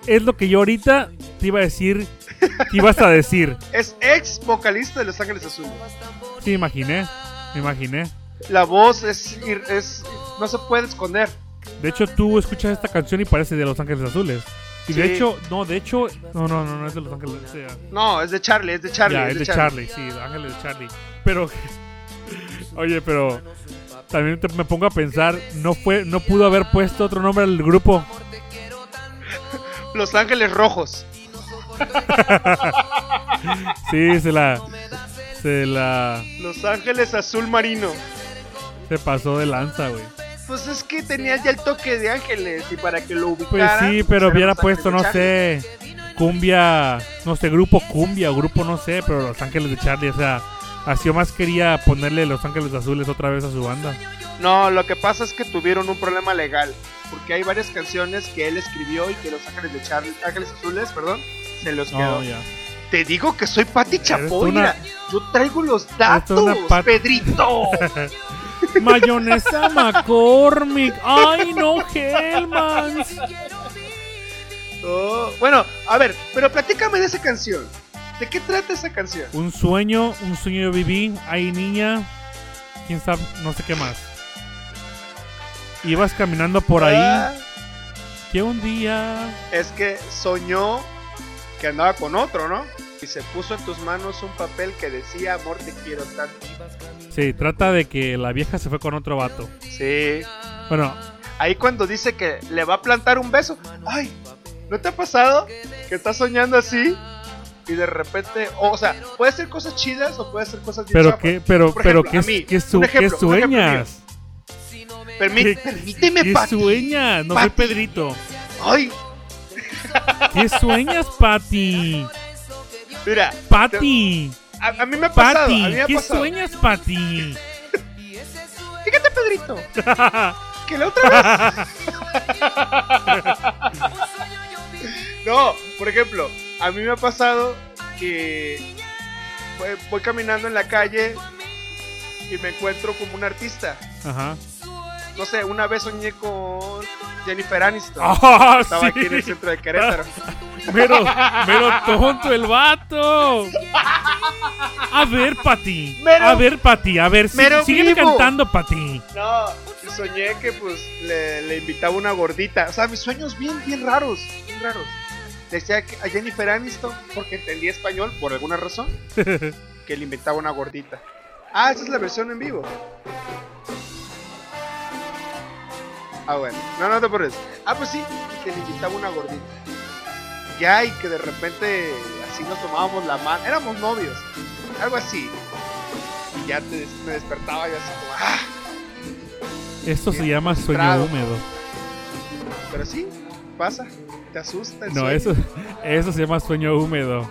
es lo que yo ahorita te iba a decir, te ibas a decir.
Es ex vocalista de Los Ángeles Azules.
Sí, me imaginé, me imaginé.
La voz es, ir- es no se puede esconder.
De hecho, tú escuchas esta canción y parece de Los Ángeles Azules. Y
Sí.
de hecho, no, de hecho, no, no, no, no es de Los Ángeles. o sea,
No, es de Charlie, es de Charlie.
ya, es de Charlie, sí, Los Ángeles de Charlie. Pero, (laughs) oye, pero también te- me pongo a pensar, no fue, no pudo haber puesto otro nombre al grupo.
Los Ángeles Rojos.
Sí, se la, se la,
Los Ángeles Azul Marino.
se pasó de lanza, güey.
Pues es que tenía ya el toque de ángeles y para que lo
Pues
ubicara.
sí,
pues
pero
eran
hubiera
Los Ángeles
puesto,
de
no
Charlie.
sé, cumbia, no sé, grupo cumbia o grupo, no sé, pero Los Ángeles de Charlie, o sea, así o más quería ponerle Los Ángeles Azules otra vez a su banda.
No, lo que pasa es que tuvieron un problema legal. porque hay varias canciones que él escribió y que los Ángeles de Charlie, Ángeles Azules, perdón, se los quedó.
No, ya.
Te digo que soy Pati Chapoy,
una-
mira, yo traigo los datos,
una Pat- (laughs)
Pedrito.
(laughs) Mayonesa McCormick. Ay, no, Hellmans.
Oh, bueno, a ver, pero platícame de esa canción. ¿De qué trata esa canción?
Un sueño, un sueño yo viví. Ay, niña. Quién sabe, no sé qué más. Ibas caminando por ahí.
Ah,
Que un día.
es que soñó que andaba con otro, ¿no? Y se puso en tus manos un papel que decía, amor, te quiero tanto.
Sí, trata de que la vieja se fue con otro vato.
Sí.
Bueno,
Ahí cuando dice que le va a plantar un beso. Ay, ¿no te ha pasado que estás soñando así? Y de repente, o, o sea, puede ser cosas chidas o puede ser cosas bien
pero
chafas.
que, pero,
Por
pero
ejemplo,
que,
a mí,
que, su-
un ejemplo,
que
un ejemplo
sueñas.
Permí-
¿Qué-
permíteme,
¿Qué
Pati.
sueñas? No soy
Pati.
Pedrito.
(laughs) Ay,
¿Qué sueñas, Pati?
mira,
Pati.
a, a mí me ha pasado, a mí
Pati.
me ha
¿Qué
pasado.
sueñas, Pati?
Fíjate, (laughs) Pedrito, que la otra vez... (laughs) No, por ejemplo, a mí me ha pasado que voy- voy caminando en la calle y me encuentro como un artista.
Ajá.
No sé, una vez soñé con Jennifer Aniston.
(laughs) Ah,
Estaba
sí.
aquí en el centro de Querétaro.
Mero, mero tonto el vato. A ver, Pati.
Mero-
a ver, Pati. A ver, sí,
mero
sígueme
vivo.
cantando, Pati.
No, y soñé que pues le, le invitaba una gordita. O sea, mis sueños bien, bien raros, bien raros. Decía que a Jennifer Aniston, porque entendía español por alguna razón, que le invitaba una gordita. Ah, esa es la versión en vivo. Ah, bueno. No, no te pones. Ah, pues sí, y que le invitaba una gordita. Ya, y que de repente así nos tomábamos la mano. Éramos novios. Algo así. Y ya te, me despertaba y así como, ah,
Esto se
Bien
llama sueño
frustrado.
húmedo.
Pero sí, pasa. Te asusta. el
No,
sueño.
eso, eso se llama sueño húmedo.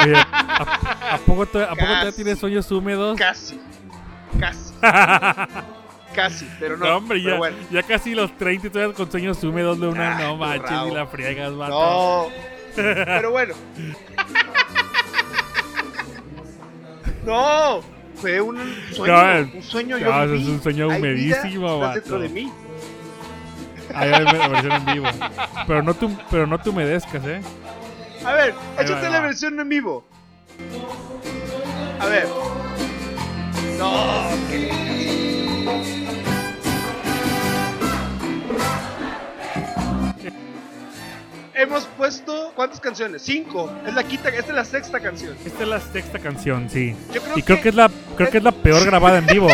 Oye, ¿a, a poco te- a poco todavía
Casi.
tienes sueños húmedos?
Casi.
(laughs)
Casi. casi. Pero no.
No, hombre,
pero
ya,
bueno.
ya casi los 30 y todavía con sueños húmedos, Luna.
Ah,
no
tú
manches,
rabo.
ni la friegas, vato. (laughs)
No. Pero bueno. No. Fue un sueño.
No, eh,
un sueño
no,
yo
eso
viví.
es un
Hay
sueño
vida,
humedísimo,
estás
vato.
dentro de mí.
Ahí hay la versión en vivo. Pero no, tú, pero no te humedezcas, ¿eh?
A ver,
Ahí va,
échate
ahí
la
va.
versión en vivo. A ver. No, qué linda canción. Hemos puesto cuántas canciones? Cinco. Es la quinta, esta es la sexta canción.
Esta es la sexta canción, sí.
Yo creo
Y creo que es la, creo que es la peor grabada
(laughs)
en vivo. (laughs)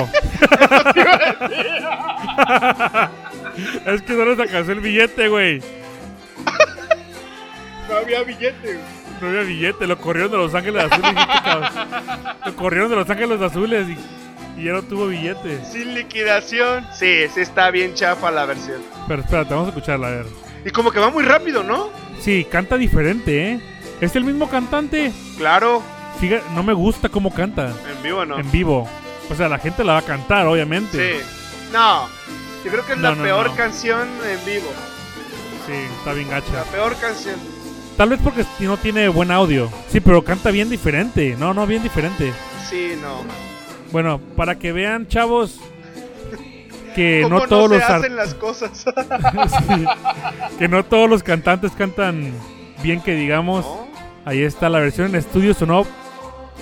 es que no le sacas el billete, güey.
no había billete.
No había billete, lo corrieron de Los Ángeles Azules. dijiste, cabrón. lo corrieron de Los Ángeles Azules y, y ya no tuvo billete.
Sin liquidación. Sí, sí está bien chafa la versión.
Pero espérate, vamos a escucharla, a ver.
Y como que va muy rápido, ¿no?
Sí, canta diferente, ¿eh? Es el mismo cantante.
Claro,
Fija- no me gusta cómo canta
en vivo no.
en vivo. O sea, la gente la va a cantar,
Sí.
obviamente.
No. Yo creo que es
No,
la
no,
peor
no.
canción en vivo.
Sí, está bien
La
gacha.
peor canción.
Tal vez porque no tiene buen audio. Sí, pero canta bien diferente. No, no, bien diferente.
Sí, no.
Bueno, para que vean, chavos, que
(laughs) ¿Cómo
no todos
se
los ar-
hacen las
(laughs)
cosas.
Sí. (laughs) que no todos los cantantes cantan bien que digamos.
¿No?
Ahí está la versión en estudio sonó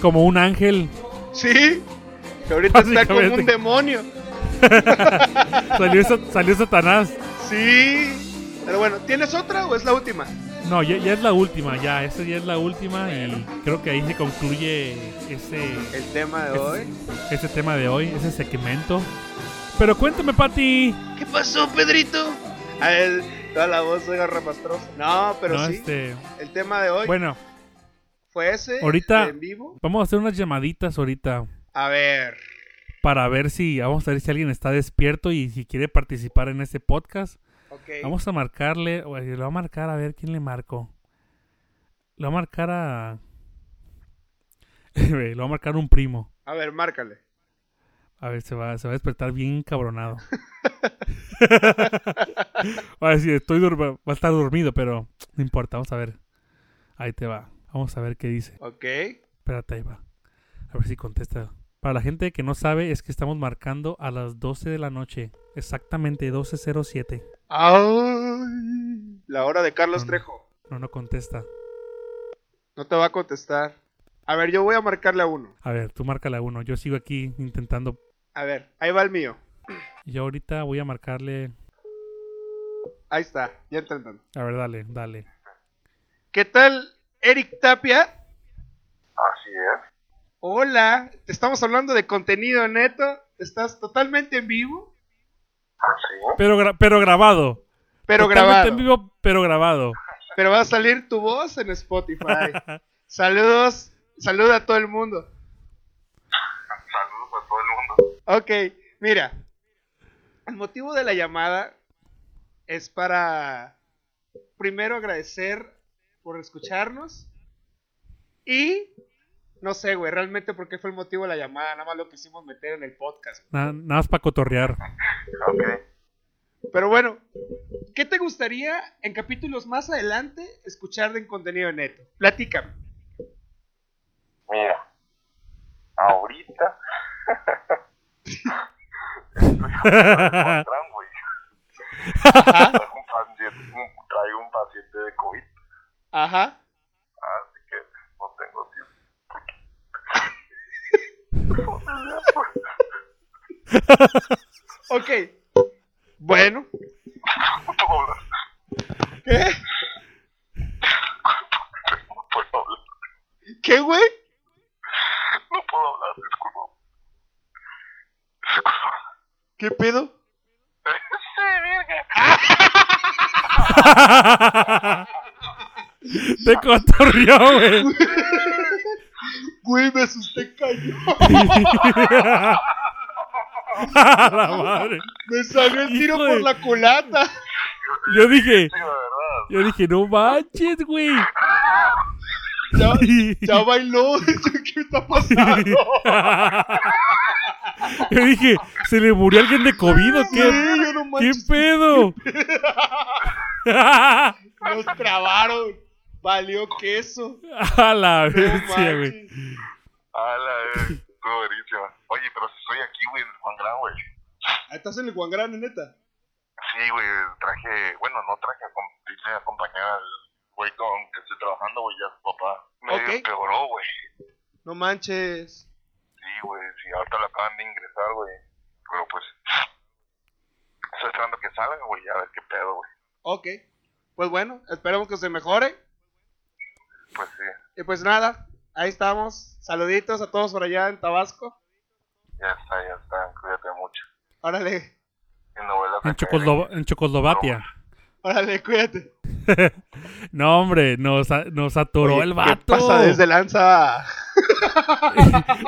como un ángel.
Sí. Que ahorita está como un
Básicamente.
demonio.
Salió, sa- salió Satanás.
Sí. Pero bueno, ¿tienes otra o es la última?
No, ya, ya es la última, ya, esa ya es la última y creo que ahí se concluye ese,
El tema de
Es-
hoy.
ese tema de hoy, ese segmento. Pero cuéntame, Pati.
¿Qué pasó, Pedrito? A ver, toda la voz de rapastrosa. No, pero
No,
sí.
este,
El tema de hoy
bueno,
fue ese.
ahorita-
En vivo.
vamos a hacer unas llamaditas ahorita
A ver.
para ver si vamos a ver si alguien está despierto y si quiere participar en este podcast.
Ok.
Vamos a marcarle, o- le voy a marcar a ver quién le marco. Le voy a (laughs) marcar a le voy a marcar un primo.
A ver, márcale.
A ver, se va, se va a despertar bien cabronado. va a decir, estoy dur- va a estar dormido, pero no importa, vamos a ver. Ahí te va. Vamos a ver qué dice.
Ok.
Espérate, ahí va. A ver si contesta. Para la gente que no sabe, es que estamos marcando a las 12 de la noche. Exactamente 12.07.
Ay, la hora de Carlos
Mm.
Trejo.
No, no contesta.
No te va a contestar. A ver, yo voy a marcarle a uno.
A ver, tú marca la 1. Yo sigo aquí intentando.
A ver, ahí va el mío.
Yo ahorita voy a marcarle.
Ahí está, ya intentando.
A ver, dale, dale.
¿Qué tal, Eric Tapia?
Así es.
Hola, te estamos hablando de contenido neto. Estás totalmente en vivo,
Así es.
Pero, gra- pero grabado.
pero
Totalmente
grabado.
en vivo, pero grabado.
Pero va a salir tu voz en Spotify. Saludos, saluda a todo el mundo.
Saludos a todo el mundo.
Ok, mira. El motivo de la llamada es para primero agradecer por escucharnos y no sé, güey, realmente por qué fue el motivo de la llamada, nada más lo quisimos meter en el podcast. güey.
Na- nada más para
(laughs)
cotorrear.
Ok.
Pero bueno, ¿qué te gustaría en capítulos más adelante escuchar de contenido neto? Platícame.
Mira. Ahorita.
Ah.
Trump, güey. Traigo un paciente- un- Traigo un paciente de COVID.
Ajá.
Así que no tengo tiempo.
Ok. Bueno,
¿Cuánto puedo hablar?
¿qué?
No puedo hablar.
¿Qué, güey?
No puedo hablar. Disculpa.
¿Qué pedo?
Sí, verga.
Te cotorreó, güey.
Güey, me asusté, cayó.
A la madre.
Me salió el tiro
Hijo
por
de-
la colata.
Yo dije,
Sí, la verdad.
yo dije, no manches, güey.
Ya, ya bailó. (laughs) ¿Qué está pasando?
(laughs) Yo dije, ¿se le murió alguien de COVID o
Sí,
qué?
yo no
¿Qué
manches,
pedo? (laughs) A
Nos trabaron. Valió
(laughs)
queso.
la
No
bestia, güey.
manches.
A la vez. Estuvo buenísima. Oye, pero si estoy aquí, güey, en el Juan Gran, güey.
Ah, Estás en el Guangrán, neta.
Sí, güey, traje, bueno, no traje, acom- vine a acompañar al güey con que estoy trabajando, güey, ya su papá me
Ok.
empeoró, güey.
No manches.
Sí, güey, sí, ahorita lo acaban de ingresar, güey. Pero pues, estoy esperando que salga, güey, a ver qué pedo, güey.
Ok. Pues bueno, esperemos que se mejore.
Pues sí,
Y pues nada, ahí estamos. Saluditos a todos por allá en Tabasco.
ya está, ya está, cuídate mucho.
Órale,
Y no vuelvas a
En,
caer
Chocoslo- en Checoslovaquia.
órale, cuídate.
No, hombre, nos, a- nos atoró
Oye,
el vato.
¿Qué pasa desde lanza?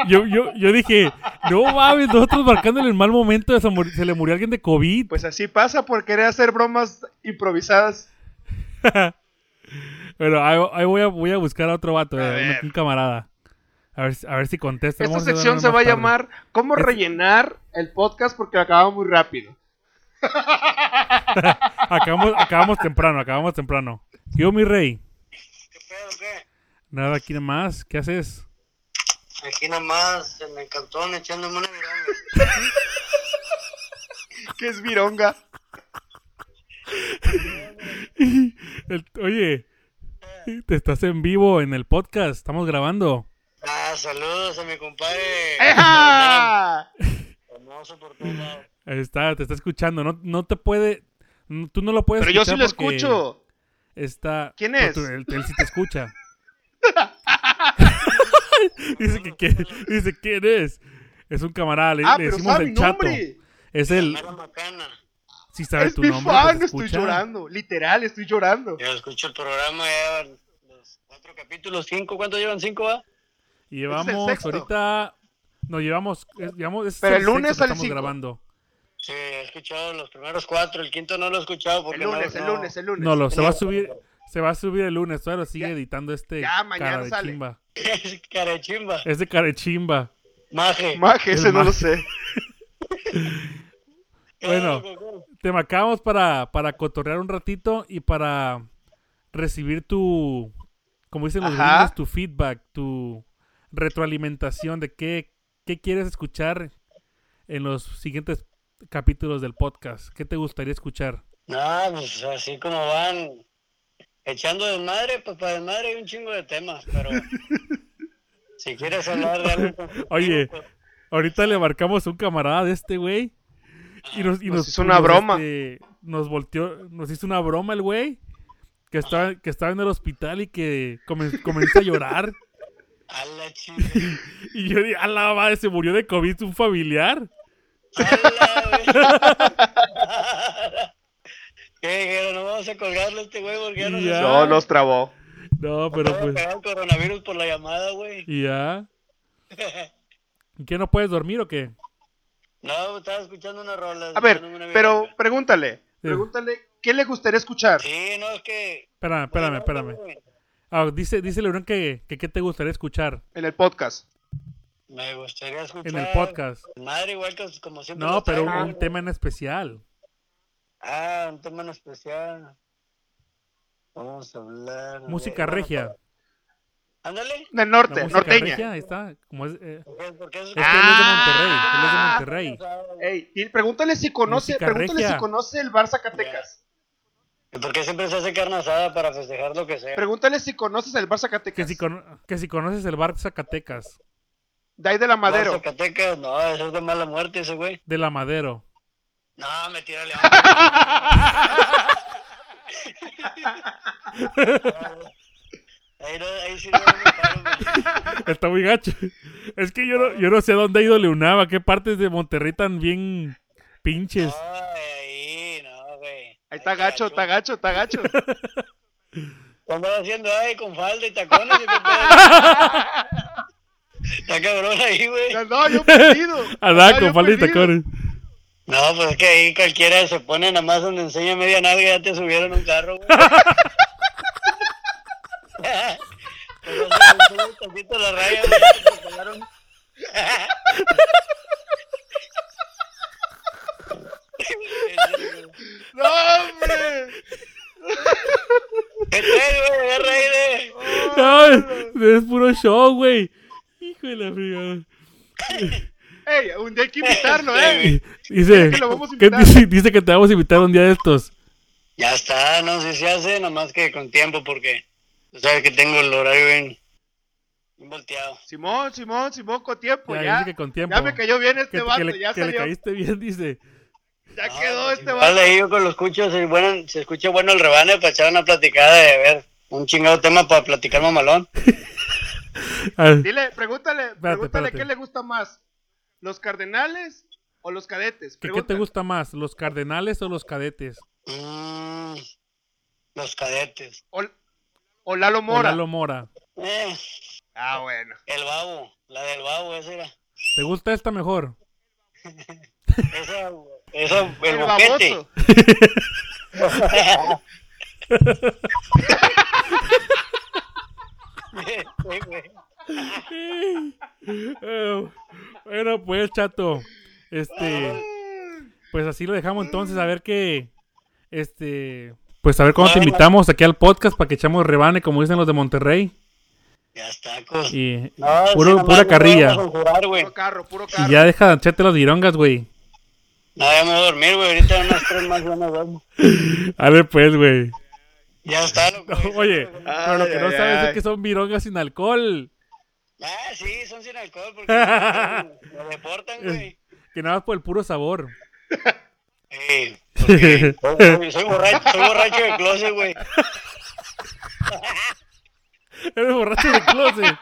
yo, yo, yo dije, no mames, nosotros marcándole el mal momento, se, mur- se le murió alguien de COVID.
Pues así pasa por querer hacer bromas improvisadas.
Pero ahí, ahí voy, a, voy a buscar a otro vato,
A
eh, un-
ver.
un camarada. A ver, si- a ver si
Esta
contesta. Vamos a hacer
sección
una
se
más
va a
tarde.
llamar ¿Cómo
Es-
rellenar el podcast? Porque acaba muy rápido.
Acabamos, acabamos temprano, acabamos temprano. Yo, mi rey.
¿Qué pedo, qué?
Nada, aquí nada más. ¿Qué haces?
Aquí nomás, en el cantón, echándome una mirada.
¿Qué es vironga?
El- oye, te estás en vivo en el podcast. Estamos grabando.
Ah, saludos a mi compadre.
¡Eja!
Hermoso por todos lados.
Ahí está, te está escuchando. No, no te puede. n- Tú no lo puedes
Pero yo sí lo
escuchar porque
escucho.
Está.
¿Quién
pero
es?
tú- él, él sí te escucha.
(laughs)
(laughs) dice que ¿quién, dice quién es. Es un camarada, le,
Ah,
le
pero
decimos
sabe mi
el chato.
nombre.
Es el.
Mara Macana.
Si sabe
Es
tu
mi
nombre.
fan,
te
estoy
escucha.
llorando. Literal, estoy llorando.
Yo escucho el programa ya los cuatro capítulos, cinco. ¿Cuántos llevan? ¿Cinco, ah? va?
Y Llevamos
sexto.
ahorita. No, llevamos. es- llevamos este es
Pero el
sexto
lunes
que
al
estamos
cinco.
grabando.
Sí, he escuchado los primeros cuatro. El quinto no lo he escuchado porque
El lunes,
no,
el
no- (laughs)
lunes, el lunes.
No, lo, se va a
Tenía-
subir. Se va a subir el lunes, todavía lo sigue
Ya-
editando este
ya mañana
cara de
sale.
chimba.
Es carechimba.
Este cara de chimba.
Maje.
(laughs) Maje, ese no
maje.
lo sé.
Bueno.
Claro, claro.
Te marcamos para, para cotorrear un ratito y para recibir tu, como dicen los
Ajá.
gringos, tu feedback, tu retroalimentación de qué, qué quieres escuchar en los siguientes capítulos del podcast. ¿Qué te gustaría escuchar?
Ah, pues así como van echando desmadre, pues para desmadre hay un chingo de temas,
(laughs)
pero si quieres hablar de algo. constructivo,
Oye,
pues,
Ahorita le marcamos a un camarada de este güey y nos, y
Nos
nos
hizo una broma.
este, nos volteó, nos hizo una broma el güey que estaba, que estaba en el hospital y que comen- comenzó a llorar. (laughs)
A la chingada.
Y yo dije, a la madre, se murió de COVID un familiar.
A la (laughs) ¿Qué dijeron? No vamos a colgarle a este güey porque ya no
Ya.
se
No, nos trabó.
No, pero
puede
pues,
pegar el coronavirus por la llamada, güey.
y ya. ¿Y ¿Qué no puedes dormir o qué?
No, pues, estaba escuchando una rola.
A ver,
escuchando una
pero
vieja.
pregúntale. Pregúntale, ¿qué le gustaría escuchar?
Sí, no, es que.
Espérame, espérame, espérame. Ah, dice, dice Lebrón que, que qué te gustaría escuchar
En el podcast.
Me gustaría escuchar.
en el podcast.
Madre, igual que como siempre.
No,
lo
pero un,
traigo,
un
güey.
tema en especial.
Ah, un tema en especial. Vamos a hablar. de-
Música regia.
Ándale.
Del
La
norte,
música
norteña.
regia, ahí está. Como es, eh,
porque- Porque es.
es que él
Ah.
es de Monterrey. él es de Monterrey.
Ey, y pregúntale si conoce,
Música
pregúntale
regia.
si conoce el bar Zacatecas.
Porque siempre se hace carne asada para festejar lo que sea.
Pregúntale si conoces el bar
Que
Zacatecas.
si, cono- que si conoces el bar Zacatecas,
De ahí de la
No,
(laughs) madero.
Zacatecas, no, eso es de mala muerte ese güey.
de la Madero.
No, me
(laughs)
tira león. ahí, no- ahí sí no me paro,
(laughs)
güey.
Está muy gacho. Es que yo no, yo no sé a dónde ha ido Leonaba, qué partes de Monterrey tan bien pinches.
No, ahí, no, güey.
Ahí está gacho, está gacho, está
(laughs)
gacho.
¿Cómo va haciendo ahí con falda y tacones?
(laughs)
y qué
(laughs)
pedo? Está cabrón ahí, güey.
No, yo
(laughs)
perdido.
Andaba
No, Ah, yo
con falda y
perdido.
tacones.
No, pues es que ahí cualquiera se pone nada más donde enseña media nalga y ya te subieron un carro, güey. Te vas a subir un poquito la raya, güey, ya te pegaron.
No, hombre.
¿Qué traes, güey? Ya reí de-
No, es puro show, güey. Hijo de la fregada.
Ey, un día hay que invitarlo, eh.
Y- Dice,
que lo vamos a
que
invitar.
dice, dice que te vamos a invitar un día de estos.
Ya está, no sé si se hace, nada más que con tiempo, porque tú sabes que tengo el horario bien, bien volteado.
Simón, Simón, Simón, con tiempo,
Ya,
ya.
dice que con tiempo.
Ya me cayó bien este
Que, que
vato,
le,
ya
que le
salió.
caíste bien, dice.
Ya
Ah,
quedó este vato.
Vale, yo con los cuchos, se, bueno, se escucha bueno el rebane para echar una platicada de ver un chingado tema para platicar mamalón.
Ah,
Dile, pregúntale, pregúntale
espérate.
qué le gusta más. ¿Los cardenales o los cadetes?
¿que ¿Qué te
Pregúntale.
gusta más, los cardenales o los cadetes?
Mm, los cadetes.
O, o Lalo
O
Mora.
Lalo Mora.
Eh,
Ah, bueno.
el babo, la del babo, esa era.
¿Te gusta esta mejor?
Esa, (laughs) esa el,
El
boquete.
baboso.
Sí, güey.
Eh, bueno, pues, chato. Este,
Mm.
pues así lo dejamos entonces. A ver qué. Este. Pues a ver cuándo te
Bueno.
invitamos aquí al podcast para que echamos rebane, como dicen los de Monterrey.
(laughs) ya está, cos.
Y,
Ah,
No,
Puro-
nada
pura
más me voy a
carrilla.
conjurar, güey.
Puro carro, puro
y
carro.
ya deja de echarte las virongas, güey.
No, ya me voy a dormir, güey. Ahorita unas tres más ya me duermo.
A ver, pues, güey. (laughs)
Ya está, loco.
Oye, pero lo
Ay,
que no
ay,
sabes es
ay.
que son virongas sin alcohol.
Ah, sí, son sin alcohol porque me deportan, güey.
Que nada más por el puro sabor.
Ey, Eh, porque soy, soy borracho, soy borracho de closet, güey.
Eres borracho de closet.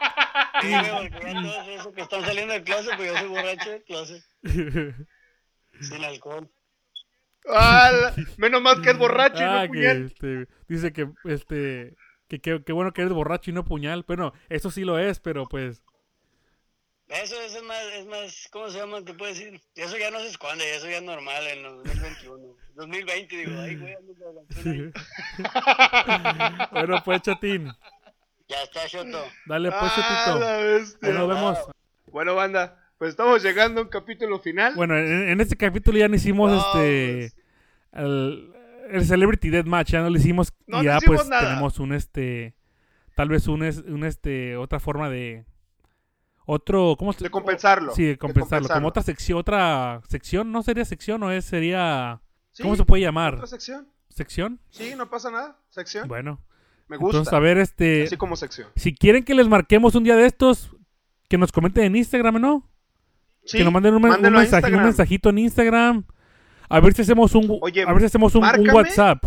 (laughs)
Sí, güey, porque ya todos esos que están saliendo del closet, pues yo soy borracho de closet, sin alcohol.
Ah, la- menos mal que es borracho y
Ah,
no
que,
puñal.
este, dice que este que qué bueno que eres borracho y no puñal. Bueno, eso sí lo es, pero pues (laughs)
(laughs)
Eso, eso es más, es más, ¿cómo se llama? ¿Te puedo decir? Eso ya no se esconde, eso ya es normal en los 2021. 2020, digo, ay, güey, ando de borracho ahí.
bueno, pues chatín.
Ya está, Shoto.
Dale pues
Ah,
chatito.
la bestia.
Ahí nos vemos.
Bueno, banda, Pues estamos llegando a un capítulo final.
Bueno, en, en este capítulo ya no hicimos
No, pues.
este el, el Celebrity Death Match, ya no lo hicimos
No,
y
no
ya
hicimos
pues
nada.
tenemos un este tal vez un, es- un este otra forma de otro ¿cómo se
De compensarlo.
Sí, de compensarlo, como
compensarlo.
otra sección, otra sección, no sería sección o es sería
Sí,
¿cómo se puede llamar?
Otra sección.
¿Sección?
Sí, no pasa nada. Sección.
Bueno,
Me gusta.
entonces a ver este
Así como sección.
si quieren que les marquemos un día de estos que nos comenten en Instagram, ¿no?
Sí,
que nos manden un, men- un
mándenlo a
mensaje- un
Instagram.
mensajito en Instagram. A ver si hacemos un,
Oye,
a ver si hacemos un, un
márcame.
WhatsApp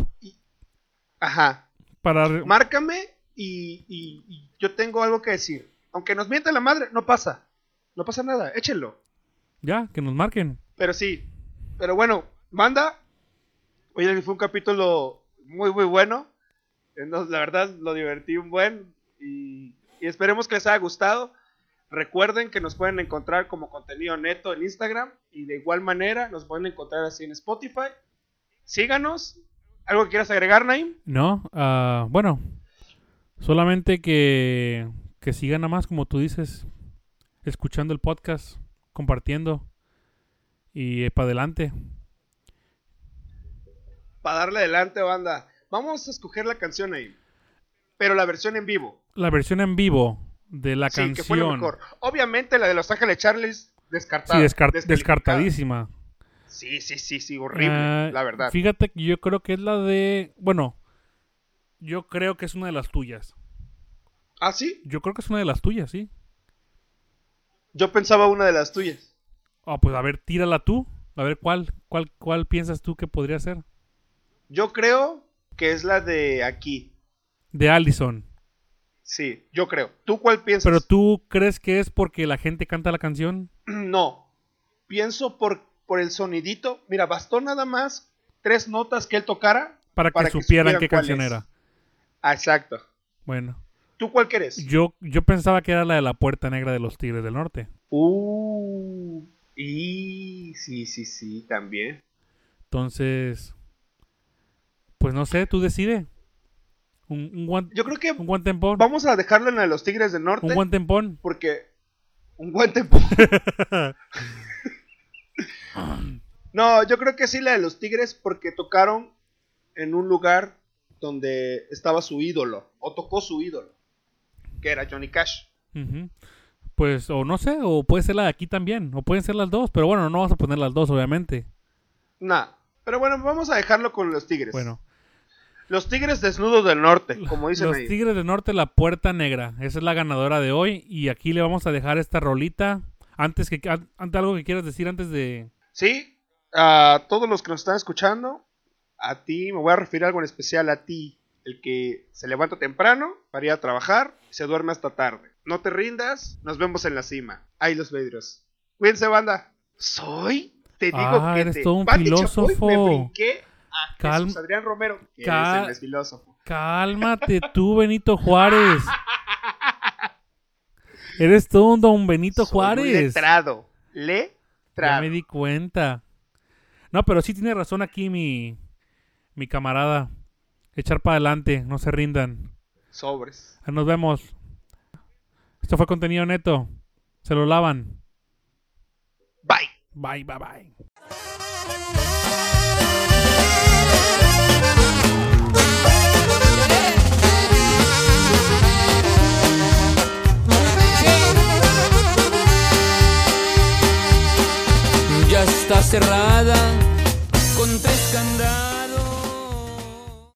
Ajá.
para
Márcame y, y- y yo tengo algo que decir. Aunque nos mienta la madre, no pasa. No pasa nada. Échenlo.
ya que nos marquen.
Pero sí. Pero bueno, manda. Oye, fue un capítulo muy, muy bueno. Eh, no, la verdad, lo divertí un buen. Y, y esperemos que les haya gustado. Recuerden que nos pueden encontrar como contenido neto en Instagram. Y de igual manera, nos pueden encontrar así en Spotify. Síganos. ¿Algo que quieras agregar, Naim?
No, ah, bueno, solamente que que sigan nada más como tú dices, escuchando el podcast, compartiendo y para adelante.
Para darle adelante, banda. Vamos a escoger la canción, Naim. Pero la versión en vivo.
La versión en vivo de la
sí,
canción,
que fue lo mejor. Obviamente la de Los Ángeles Charles descartada.
sí, descar-
descalificada.
descartadísima.
Sí, sí, sí, sí, horrible,
Ah,
la verdad.
Fíjate que yo creo que es la de. Bueno, yo creo que es una de las tuyas.
¿Ah, sí?
Yo creo que es una de las tuyas, sí.
Yo pensaba una de las tuyas.
Ah, pues a ver, tírala tú. A ver, ¿cuál, cuál, cuál piensas tú que podría ser?
Yo creo que es la de aquí.
De Allison.
Sí, yo creo. ¿Tú cuál piensas?
Pero tú crees que es porque la gente canta la canción?
(clears throat) No. Pienso por, por el sonidito. Mira, bastó nada más tres notas que él tocara.
Para que
Para que
supieran
supieran
qué
cuál
canción
es.
era.
Ah, exacto.
Bueno,
¿Tú cuál quieres?
yo, yo pensaba que era la de la Puerta Negra de los Tigres del Norte.
Uh, y sí, sí, sí, también.
Entonces, pues no sé, tú decide. Un, un, guan-
Yo creo que
un guantempón.
vamos a dejarlo en la de los Tigres del Norte.
Un guantempón.
Porque un guante. po-
(laughs)
no, yo creo que sí la de los Tigres porque tocaron en un lugar donde estaba su ídolo o tocó su ídolo, que era Johnny Cash.
Ujú. Pues, o no sé, o puede ser la de aquí también, o pueden ser las dos, pero bueno, no vamos a poner las dos, obviamente.
Nada. Pero bueno, vamos a dejarlo con los Tigres.
Bueno,
Los Tigres desnudos del norte, como dicen
los
ahí.
Tigres del Norte, la puerta negra, esa es la ganadora de hoy, y aquí le vamos a dejar esta rolita. Antes que, an- ante algo que quieras decir antes de.
Sí, a todos los que nos están escuchando, a ti me voy a referir algo en especial a ti, el que se levanta temprano para ir a trabajar y se duerme hasta tarde. No te rindas, nos vemos en la cima. Ahí los vidrios. Cuídense, banda. Soy, te digo
Ah,
que
eres
te-
todo un
Pati Chapoy,
filósofo.
me brinqué a
Calm-
Jesús Adrián Romero, que
Cal-
es el filósofo.
Cálmate tú, Benito Juárez. Eres todo un don
Soy
Benito
un
Juárez.
letrado,
Ya
letrado.
me di cuenta. No, pero sí tiene razón aquí mi, mi camarada. Echar para adelante, no se rindan.
Sobres.
Ahí Nos vemos. Esto fue contenido neto. Se lo lavan.
Bye.
Bye, bye, bye.
ya está cerrada con tres candados.